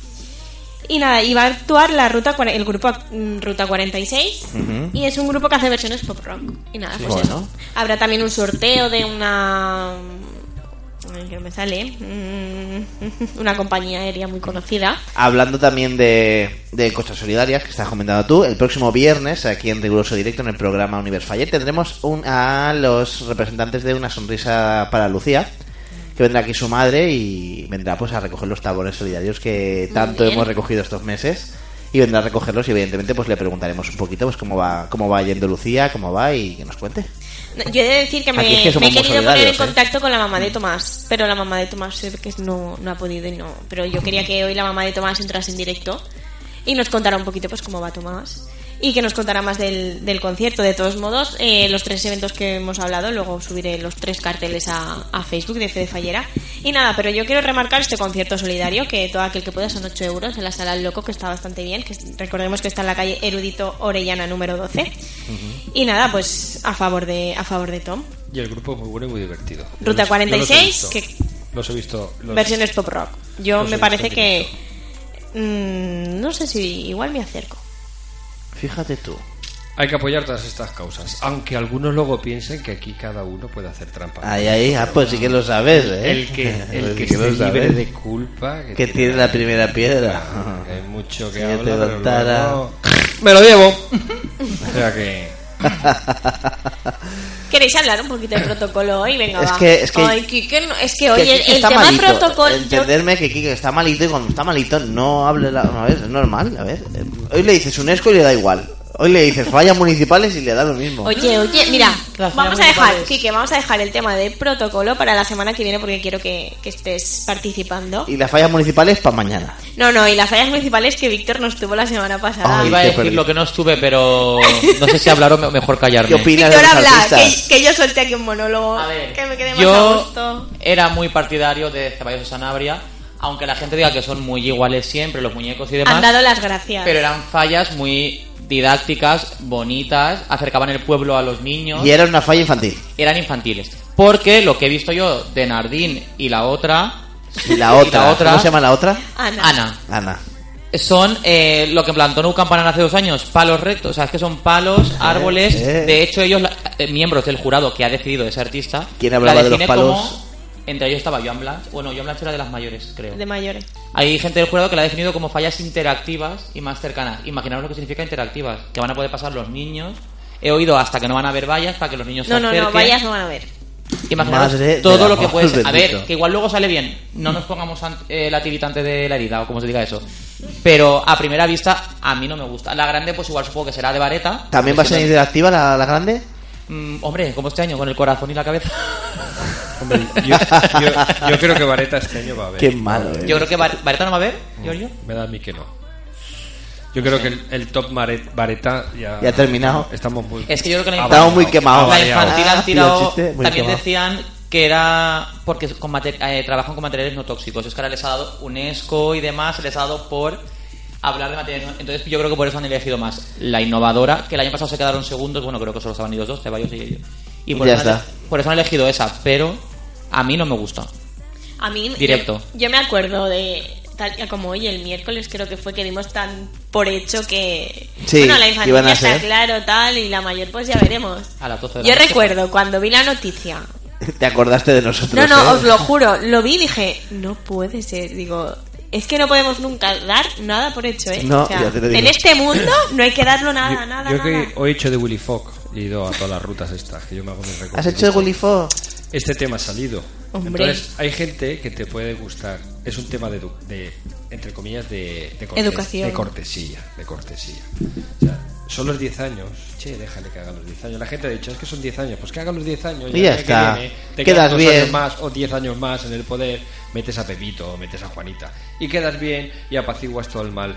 [SPEAKER 5] Y nada, y va a actuar la ruta, cua- el grupo mm, Ruta 46. Y es un grupo que hace versiones pop rock. Y nada,
[SPEAKER 2] Sí.
[SPEAKER 5] pues
[SPEAKER 2] Bueno.
[SPEAKER 5] eso. Habrá también un sorteo de una. ay, que no me sale. Mm, Una compañía aérea muy conocida.
[SPEAKER 2] Hablando también de, de cosas solidarias que estás comentando tú, el próximo viernes aquí en Riguroso Directo en el programa Universo Faller tendremos un, a los representantes de Una Sonrisa para Lucía, que vendrá aquí su madre y vendrá pues a recoger los tabones solidarios que
[SPEAKER 17] Muy
[SPEAKER 2] tanto
[SPEAKER 17] bien.
[SPEAKER 2] hemos recogido estos meses y vendrá a recogerlos y evidentemente pues le preguntaremos un poquito pues cómo va cómo va yendo Lucía, cómo va y que nos cuente.
[SPEAKER 5] No, Yo he de decir que
[SPEAKER 2] Aquí
[SPEAKER 5] me,
[SPEAKER 2] es que somos
[SPEAKER 5] me he querido
[SPEAKER 2] muy solidarios,
[SPEAKER 5] poner en
[SPEAKER 2] ¿eh?
[SPEAKER 5] contacto con la mamá de Tomás, pero la mamá de Tomás sé que no, no ha podido y no. Pero yo quería que hoy la mamá de Tomás entrase en directo y nos contara un poquito pues cómo va Tomás y que nos contara más del, del concierto. De todos modos, eh, los tres eventos que hemos hablado, luego subiré los tres carteles a, a Facebook de Fede Fallera. Y nada, pero yo quiero remarcar este concierto solidario, que todo aquel que pueda son 8 euros en la sala del loco, que está bastante bien, que es- recordemos que está en la calle Erudito Orellana número 12. Y nada, pues a favor de a favor de Tom.
[SPEAKER 8] Y el grupo es muy bueno y muy divertido. Yo
[SPEAKER 5] Ruta
[SPEAKER 8] los- yo los he
[SPEAKER 5] 46,
[SPEAKER 8] visto.
[SPEAKER 5] que-
[SPEAKER 8] Los he visto. los-
[SPEAKER 5] Versiones pop rock. Yo
[SPEAKER 8] los he
[SPEAKER 5] me
[SPEAKER 8] visto
[SPEAKER 5] parece
[SPEAKER 8] en
[SPEAKER 5] que mm, no sé si igual me acerco.
[SPEAKER 2] Fíjate tú.
[SPEAKER 8] Hay que apoyar todas estas causas. Aunque algunos luego piensen que aquí cada uno puede hacer trampa.
[SPEAKER 2] Ahí, ahí, ah, pues sí que lo sabes, ¿eh?
[SPEAKER 8] El que, el
[SPEAKER 2] Pues
[SPEAKER 8] que
[SPEAKER 2] sí
[SPEAKER 8] esté
[SPEAKER 2] lo sabes.
[SPEAKER 8] libre de culpa.
[SPEAKER 2] Que tiene la primera piedra.
[SPEAKER 8] Ah, que hay mucho que
[SPEAKER 2] Si yo
[SPEAKER 8] habla,
[SPEAKER 2] te
[SPEAKER 8] pero
[SPEAKER 2] contara.
[SPEAKER 8] luego- Me lo llevo. o sea que.
[SPEAKER 5] ¿Queréis hablar un poquito de protocolo hoy? Venga,
[SPEAKER 2] Es
[SPEAKER 5] va.
[SPEAKER 2] que- es que-
[SPEAKER 5] Ay, Quique, no- es que hoy el,
[SPEAKER 2] Quique
[SPEAKER 5] el
[SPEAKER 2] está
[SPEAKER 5] tema
[SPEAKER 2] malito.
[SPEAKER 5] protocolo... yo-
[SPEAKER 2] Entenderme que Kike está malito y cuando está malito no hable la... A ver, es normal, a ver. Eh, Hoy le dices UNESCO y le da igual. Hoy le dices fallas municipales y le da lo mismo.
[SPEAKER 5] Oye, oye, mira,
[SPEAKER 7] Las
[SPEAKER 5] vamos a
[SPEAKER 7] señales
[SPEAKER 5] dejar,
[SPEAKER 7] vocales.
[SPEAKER 5] Quique, vamos a dejar el tema de protocolo para la semana que viene porque quiero que, que estés participando.
[SPEAKER 2] Y las fallas municipales para mañana.
[SPEAKER 5] No, no, y las fallas municipales que Víctor nos tuvo la semana pasada.
[SPEAKER 7] Iba a decir lo que no estuve, pero no sé si hablar o me- mejor callarme.
[SPEAKER 2] ¿Qué opinas
[SPEAKER 5] Víctor habla, que, que yo solté aquí un monólogo, que me quedé más
[SPEAKER 7] Yo-
[SPEAKER 5] a gusto.
[SPEAKER 7] Era muy partidario de Ceballos y Sanabria, aunque la gente diga que son muy iguales siempre, los muñecos y demás.
[SPEAKER 5] Han dado las gracias.
[SPEAKER 7] Pero eran fallas muy didácticas, bonitas, acercaban el pueblo a los niños.
[SPEAKER 2] Y era una falla infantil.
[SPEAKER 7] Eran infantiles. Porque lo que he visto yo de Nardín y la otra.
[SPEAKER 2] Y la otra,
[SPEAKER 7] otra-
[SPEAKER 2] ¿cómo se llama la otra?
[SPEAKER 5] Ana.
[SPEAKER 7] Ana.
[SPEAKER 2] Ana.
[SPEAKER 7] Son eh, lo que plantó Nou Campanan hace dos años, palos rectos. O sea, es que son palos, árboles.
[SPEAKER 2] eh.
[SPEAKER 7] De hecho, ellos, la- eh, miembros del jurado que ha decidido ese artista,
[SPEAKER 2] ¿Quién hablaba
[SPEAKER 7] la
[SPEAKER 2] de los
[SPEAKER 7] define como-
[SPEAKER 2] palos?
[SPEAKER 7] entre ellos estaba Joan Blanch. Bueno, Joan Blanch era de las mayores, creo.
[SPEAKER 5] De mayores.
[SPEAKER 7] Hay gente del jurado que la ha definido como fallas interactivas y más cercanas. Imaginaos lo que significa interactivas, que van a poder pasar los niños. He oído hasta que no van a ver vallas para que los niños
[SPEAKER 5] No,
[SPEAKER 7] se
[SPEAKER 5] no,
[SPEAKER 7] acerquen.
[SPEAKER 5] no, vallas no van a ver.
[SPEAKER 7] Imaginaos
[SPEAKER 2] Madre del
[SPEAKER 7] todo lo que
[SPEAKER 2] amor
[SPEAKER 7] puede ser. A
[SPEAKER 2] bendito.
[SPEAKER 7] ver, que igual luego sale bien. No nos pongamos an- eh, la tirita antes de la herida o como se diga eso. Pero a primera vista a mí no me gusta. La grande pues igual supongo que será de vareta.
[SPEAKER 2] ¿También va a
[SPEAKER 7] Pues
[SPEAKER 2] ser
[SPEAKER 7] que no-
[SPEAKER 2] interactiva la, la grande?
[SPEAKER 7] Mm, hombre, como este año, con el corazón y la cabeza.
[SPEAKER 8] Hombre, yo, yo- yo creo que Vareta este año va a ver.
[SPEAKER 2] Qué malo, eh.
[SPEAKER 7] Yo creo que Var- vareta no va a haber, Giorgio.
[SPEAKER 8] Mm, Me da a mí que no. Yo creo que el, el top Mare- Vareta ya,
[SPEAKER 2] Ya ha terminado.
[SPEAKER 8] Estamos muy.
[SPEAKER 7] Es que yo creo que la
[SPEAKER 2] Estamos
[SPEAKER 7] infantil,
[SPEAKER 2] muy quemados.
[SPEAKER 7] la infantil
[SPEAKER 2] Ah,
[SPEAKER 7] han tirado.
[SPEAKER 2] tío, chiste, muy
[SPEAKER 7] también
[SPEAKER 2] quemado.
[SPEAKER 7] decían que era porque con mate- eh, trabajan con materiales no tóxicos. Es que ahora les ha dado UNESCO y demás, les ha dado por hablar de materiales. no- Entonces yo creo que por eso han elegido más la innovadora, que el año pasado se quedaron segundos. Bueno, creo que solo estaban ellos dos, Ceballos y ellos. Y por,
[SPEAKER 2] Ya
[SPEAKER 7] eso han-
[SPEAKER 2] está.
[SPEAKER 7] por eso han elegido esa, pero a mí no me gusta.
[SPEAKER 5] A mí,
[SPEAKER 7] Directo.
[SPEAKER 5] Yo, yo me acuerdo de tal día como hoy, el miércoles creo que fue que dimos tan por hecho que.
[SPEAKER 2] Sí,
[SPEAKER 5] bueno, la infantil
[SPEAKER 2] iban a
[SPEAKER 5] ya está
[SPEAKER 2] ser.
[SPEAKER 5] claro, tal, y la mayor, pues ya veremos.
[SPEAKER 7] A las 12 de la
[SPEAKER 5] Yo
[SPEAKER 7] noche.
[SPEAKER 5] recuerdo cuando vi la noticia.
[SPEAKER 2] Te acordaste de nosotros.
[SPEAKER 5] No, no,
[SPEAKER 2] ¿eh?
[SPEAKER 5] os lo juro, lo vi y dije, no puede ser, digo. Es que no podemos nunca dar nada por hecho, ¿eh?
[SPEAKER 2] No,
[SPEAKER 5] O sea,
[SPEAKER 2] ya te lo digo.
[SPEAKER 5] en este mundo no hay que darlo nada, nada,
[SPEAKER 8] Yo
[SPEAKER 5] nada.
[SPEAKER 8] que hoy he hecho de Willy Fogg. He ido a todas las rutas estas, que yo me hago mis recorridos.
[SPEAKER 2] ¿Has hecho el Willy Fox?
[SPEAKER 8] este tema ha salido.
[SPEAKER 5] Hombre.
[SPEAKER 8] Entonces, hay gente que te puede gustar. Es un tema de, edu- de- entre comillas, de, de cortes-
[SPEAKER 5] Educación.
[SPEAKER 8] De cortesía, de cortesía. O sea, son los 10 años. Che, déjale que haga los 10 años. La gente ha dicho, es que son 10 años. Pues que haga los 10 años.
[SPEAKER 2] Y ya
[SPEAKER 8] el año que
[SPEAKER 2] está.
[SPEAKER 8] viene te
[SPEAKER 2] Quedas
[SPEAKER 8] quedas dos
[SPEAKER 2] bien.
[SPEAKER 8] años más o 10 años más en el poder. Metes a Pepito, metes a Juanita. Y quedas bien y apaciguas todo el mal.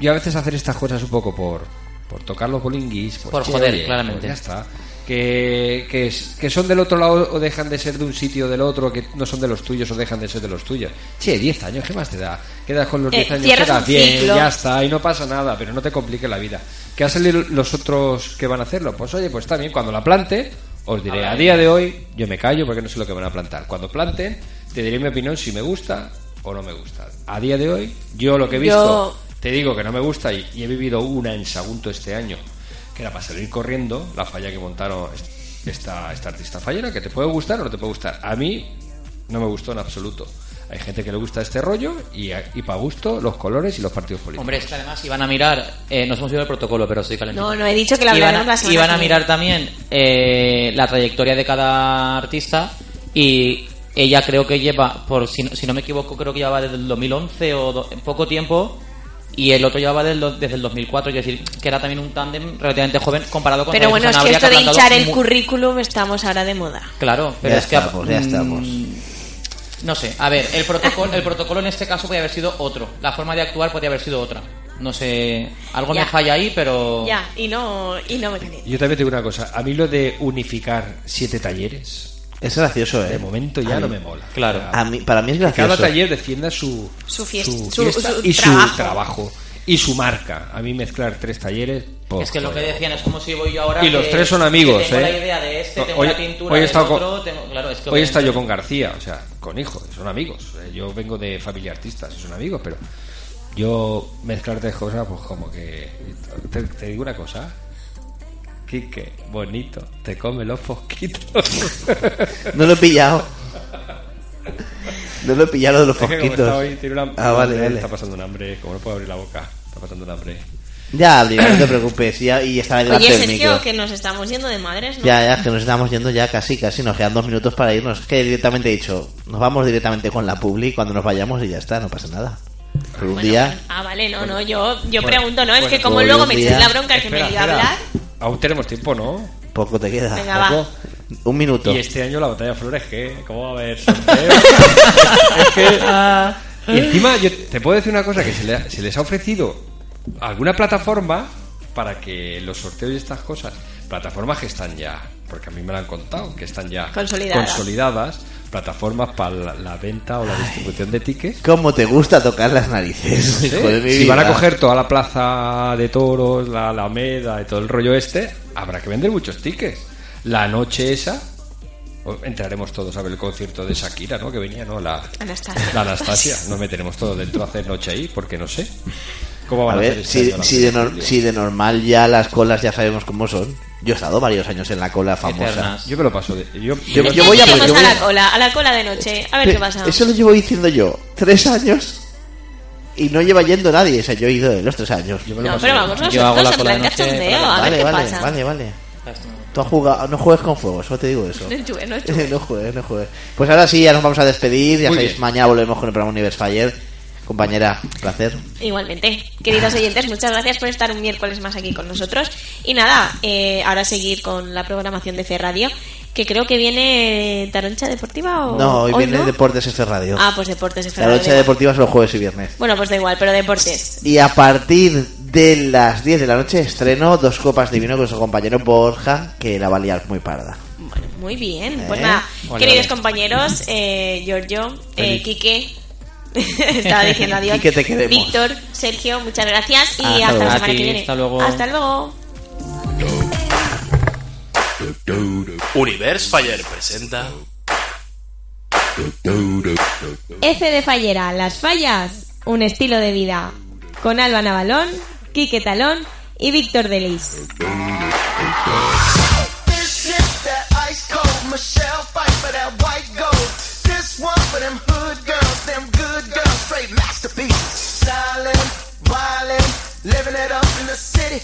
[SPEAKER 8] Yo a veces hacer estas cosas un poco por, por tocar los bolinguis. pues,
[SPEAKER 7] Por
[SPEAKER 8] che,
[SPEAKER 7] joder,
[SPEAKER 8] oye,
[SPEAKER 7] claramente.
[SPEAKER 8] pues ya está. Que, que, es- que son del otro lado o dejan de ser de un sitio o del otro, que no son de los tuyos o dejan de ser de los tuyos. Che, 10 años, ¿qué más te da? Quedas con los
[SPEAKER 5] Eh,
[SPEAKER 8] 10 años,
[SPEAKER 5] cierras
[SPEAKER 8] quedas
[SPEAKER 5] un
[SPEAKER 8] bien,
[SPEAKER 5] ciclo.
[SPEAKER 8] ya está, y no pasa nada, pero no te complique la vida. ¿Qué hacen li- los otros que van a hacerlo? Pues oye, pues está bien, cuando la plante, os diré, a día de hoy yo me callo porque no sé lo que van a plantar. Cuando planten, te diré mi opinión si me gusta o no me gusta. A día de hoy, yo lo que he visto,
[SPEAKER 5] Yo-
[SPEAKER 8] te digo que no me gusta y, y he vivido una en Sagunto este año, que era para salir corriendo, la falla que montaron est- esta, esta artista fallera, que te puede gustar o no te puede gustar. A mí no me gustó en absoluto. Hay gente que le gusta este rollo y, y para gusto los colores y los partidos políticos.
[SPEAKER 7] Hombre, es que además iban a mirar, eh, nos hemos ido del protocolo, pero estoy calentito.
[SPEAKER 5] No, no, he dicho que la
[SPEAKER 7] Iban
[SPEAKER 5] hablaremos la
[SPEAKER 7] a,
[SPEAKER 5] semana
[SPEAKER 7] iban a
[SPEAKER 5] que viene.
[SPEAKER 7] mirar también eh, la trayectoria de cada artista y ella creo que lleva, por si, no- si no me equivoco, creo que llevaba desde el 2011 o do- poco tiempo y el otro llevaba del do- desde el 2004, es decir, que era también un tándem relativamente joven comparado con
[SPEAKER 5] Pero
[SPEAKER 7] David
[SPEAKER 5] bueno, es que
[SPEAKER 7] Zanabria,
[SPEAKER 5] esto de
[SPEAKER 7] ha plantado
[SPEAKER 5] hinchar el
[SPEAKER 7] mu-
[SPEAKER 5] currículum estamos ahora de moda.
[SPEAKER 7] Claro, pero
[SPEAKER 2] Ya
[SPEAKER 7] es que...
[SPEAKER 2] estamos, ya
[SPEAKER 7] mm,
[SPEAKER 2] estamos.
[SPEAKER 7] No sé, a ver, el protocolo, el protocolo en este caso podría haber sido otro. La forma de actuar podría haber sido otra. No sé, algo
[SPEAKER 5] Ya.
[SPEAKER 7] me falla ahí, pero...
[SPEAKER 5] Ya, y no, y no me caliento.
[SPEAKER 8] Yo también tengo una cosa. A mí lo de unificar siete talleres.
[SPEAKER 2] Es gracioso, ¿eh?
[SPEAKER 8] De momento ya
[SPEAKER 2] A
[SPEAKER 8] no
[SPEAKER 2] mí-
[SPEAKER 8] me mola.
[SPEAKER 7] Claro.
[SPEAKER 2] A mí, para mí es
[SPEAKER 8] Que cada
[SPEAKER 2] gracioso.
[SPEAKER 8] taller defienda su,
[SPEAKER 5] Su fiesta- su-
[SPEAKER 8] fiesta
[SPEAKER 5] su
[SPEAKER 8] y su
[SPEAKER 5] trabajo.
[SPEAKER 8] trabajo. y su marca. A mí mezclar tres talleres. po,
[SPEAKER 7] Es que lo que
[SPEAKER 8] joder.
[SPEAKER 7] decían es como si voy yo ahora...
[SPEAKER 8] y los
[SPEAKER 7] que-
[SPEAKER 8] tres son amigos,
[SPEAKER 7] que tengo
[SPEAKER 8] ¿eh?
[SPEAKER 7] la idea de este,
[SPEAKER 8] No,
[SPEAKER 7] tengo
[SPEAKER 8] hoy,
[SPEAKER 7] la pintura
[SPEAKER 8] hoy he
[SPEAKER 7] del
[SPEAKER 8] estado con-
[SPEAKER 7] otro, tengo- claro, es que
[SPEAKER 8] hoy he estado
[SPEAKER 7] obviamente-
[SPEAKER 8] yo con García, o sea, con hijos, son amigos. Eh, Yo vengo de familia artista, sí son amigos, pero yo mezclar tres cosas, pues como que. Te, te digo una cosa. Quique, bonito, te come los fosquitos.
[SPEAKER 2] No lo he pillado. No lo he pillado de los
[SPEAKER 8] Es que como
[SPEAKER 2] fosquitos.
[SPEAKER 8] está hoy, tiene una-
[SPEAKER 2] ah, vale,
[SPEAKER 8] hambre,
[SPEAKER 2] vale.
[SPEAKER 8] Está pasando un hambre, como no puedo abrir la boca, está pasando un hambre.
[SPEAKER 2] Ya, abrí, no te preocupes. Ya, y está delante
[SPEAKER 5] Oye,
[SPEAKER 2] del
[SPEAKER 5] Sergio,
[SPEAKER 2] micro.
[SPEAKER 5] que nos estamos yendo de madres, ¿no?
[SPEAKER 2] Ya, ya, que nos estamos yendo ya casi, casi. Nos quedan dos minutos para irnos. Es que directamente he dicho, nos vamos directamente con la publi cuando nos vayamos y ya está, no pasa nada. Por un
[SPEAKER 5] Bueno,
[SPEAKER 2] día.
[SPEAKER 5] Ah, vale, no, no, yo, yo
[SPEAKER 8] Bueno,
[SPEAKER 5] pregunto, ¿no? Es
[SPEAKER 8] bueno,
[SPEAKER 5] que como
[SPEAKER 2] todos
[SPEAKER 5] luego
[SPEAKER 2] los
[SPEAKER 5] me echáis
[SPEAKER 2] días.
[SPEAKER 5] la bronca que me he
[SPEAKER 8] Espera,
[SPEAKER 5] ido a
[SPEAKER 8] espera.
[SPEAKER 5] hablar.
[SPEAKER 8] Aún tenemos tiempo, ¿no?
[SPEAKER 2] Poco te queda.
[SPEAKER 5] Venga, va.
[SPEAKER 8] Poco.
[SPEAKER 2] Un minuto.
[SPEAKER 8] Y este año la batalla de flores, ¿qué? ¿Cómo va a haber sorteo? es que... Y encima, yo te puedo decir una cosa, que se, le- se les ha ofrecido alguna plataforma para que los sorteos y estas cosas, plataformas que están ya, porque a mí me lo han contado, que están ya
[SPEAKER 5] Consolidadas.
[SPEAKER 8] consolidadas, plataformas para la, la venta o la distribución de tickets.
[SPEAKER 2] ¿Cómo te gusta tocar las narices?
[SPEAKER 8] Sí,
[SPEAKER 2] hijo de mi
[SPEAKER 8] si van a
[SPEAKER 2] vida?
[SPEAKER 8] coger toda la plaza de toros, la Alameda y todo el rollo este, habrá que vender muchos tickets. La noche esa, o- entraremos todos a ver el concierto de Shakira, ¿no? Que venía, ¿no? La,
[SPEAKER 5] Anastasia.
[SPEAKER 8] la Anastasia. Nos meteremos todos dentro a hacer noche ahí, porque no sé. ¿Cómo
[SPEAKER 2] A
[SPEAKER 8] van a,
[SPEAKER 2] ver,
[SPEAKER 8] hacer
[SPEAKER 7] este
[SPEAKER 2] si, si de nor- si de normal ya las colas ya sabemos cómo son. Yo he estado varios años en la cola famosa.
[SPEAKER 7] Eternas.
[SPEAKER 8] Yo me lo paso de... Yo,
[SPEAKER 2] Yo-
[SPEAKER 8] me-
[SPEAKER 5] Es que
[SPEAKER 2] voy a-
[SPEAKER 5] iremos
[SPEAKER 2] yo
[SPEAKER 5] a
[SPEAKER 2] voy
[SPEAKER 5] la
[SPEAKER 2] a-
[SPEAKER 5] cola, a la cola de noche, a ver qué pasa.
[SPEAKER 2] Eso lo llevo diciendo yo. Tres años y no lleva yendo nadie. O sea, yo he ido de los tres años.
[SPEAKER 8] yo me lo
[SPEAKER 5] No,
[SPEAKER 8] paso
[SPEAKER 5] pero
[SPEAKER 8] de-
[SPEAKER 5] vamos
[SPEAKER 7] Yo hago
[SPEAKER 5] nosotros
[SPEAKER 7] la
[SPEAKER 5] a
[SPEAKER 7] cola de
[SPEAKER 5] plan
[SPEAKER 7] noche,
[SPEAKER 5] cachondeo,
[SPEAKER 7] pero
[SPEAKER 5] a ver
[SPEAKER 2] vale,
[SPEAKER 5] qué
[SPEAKER 2] vale,
[SPEAKER 5] pasa.
[SPEAKER 2] vale, vale. Tú has jugado, no juegues con fuego, solo te digo eso.
[SPEAKER 5] No juegues, no juegues.
[SPEAKER 2] no juegues, no juegues. Pues ahora sí, ya nos vamos a despedir. Ya
[SPEAKER 8] Muy
[SPEAKER 2] sabéis,
[SPEAKER 8] bien.
[SPEAKER 2] mañana volvemos con el programa Universe Fire. Compañera, un placer.
[SPEAKER 5] Igualmente, queridos oyentes, muchas gracias por estar un miércoles más aquí con nosotros. Y nada, eh, ahora seguir con la programación de C Radio, que creo que viene Taroncha Deportiva o.
[SPEAKER 2] No, hoy viene
[SPEAKER 5] no?
[SPEAKER 2] Deportes F Radio.
[SPEAKER 5] Ah, pues Deportes F
[SPEAKER 2] La
[SPEAKER 5] Radio,
[SPEAKER 2] noche
[SPEAKER 5] da igual.
[SPEAKER 2] deportiva es los jueves y viernes.
[SPEAKER 5] Bueno, pues da igual, pero Deportes.
[SPEAKER 2] Y a partir de las 10 de la noche estreno dos copas de vino con su compañero Borja, que la va a liar muy parda.
[SPEAKER 5] Bueno, muy bien. Pues
[SPEAKER 2] Eh,
[SPEAKER 5] nada,
[SPEAKER 2] ole,
[SPEAKER 5] queridos
[SPEAKER 2] ole.
[SPEAKER 5] compañeros, eh, Giorgio, eh,
[SPEAKER 2] Feliz.
[SPEAKER 5] Quique. Estaba diciendo adiós.
[SPEAKER 2] Quique, te queremos.
[SPEAKER 5] Víctor, Sergio, muchas gracias y
[SPEAKER 2] Hasta
[SPEAKER 5] hasta,
[SPEAKER 2] luego.
[SPEAKER 5] la
[SPEAKER 2] A
[SPEAKER 5] semana
[SPEAKER 7] ti,
[SPEAKER 5] que viene.
[SPEAKER 7] hasta luego.
[SPEAKER 5] Hasta luego.
[SPEAKER 3] Universe Fire presenta
[SPEAKER 5] F de Fallera, Las Fallas, un estilo de vida. Con Alba Navalón, Quique Talón y Víctor Delis.
[SPEAKER 6] This is that ice cold Michelle fight for that white gold. This one for them hood girls, them good girls, straight masterpieces. Stylin', wildin', living it up in the city.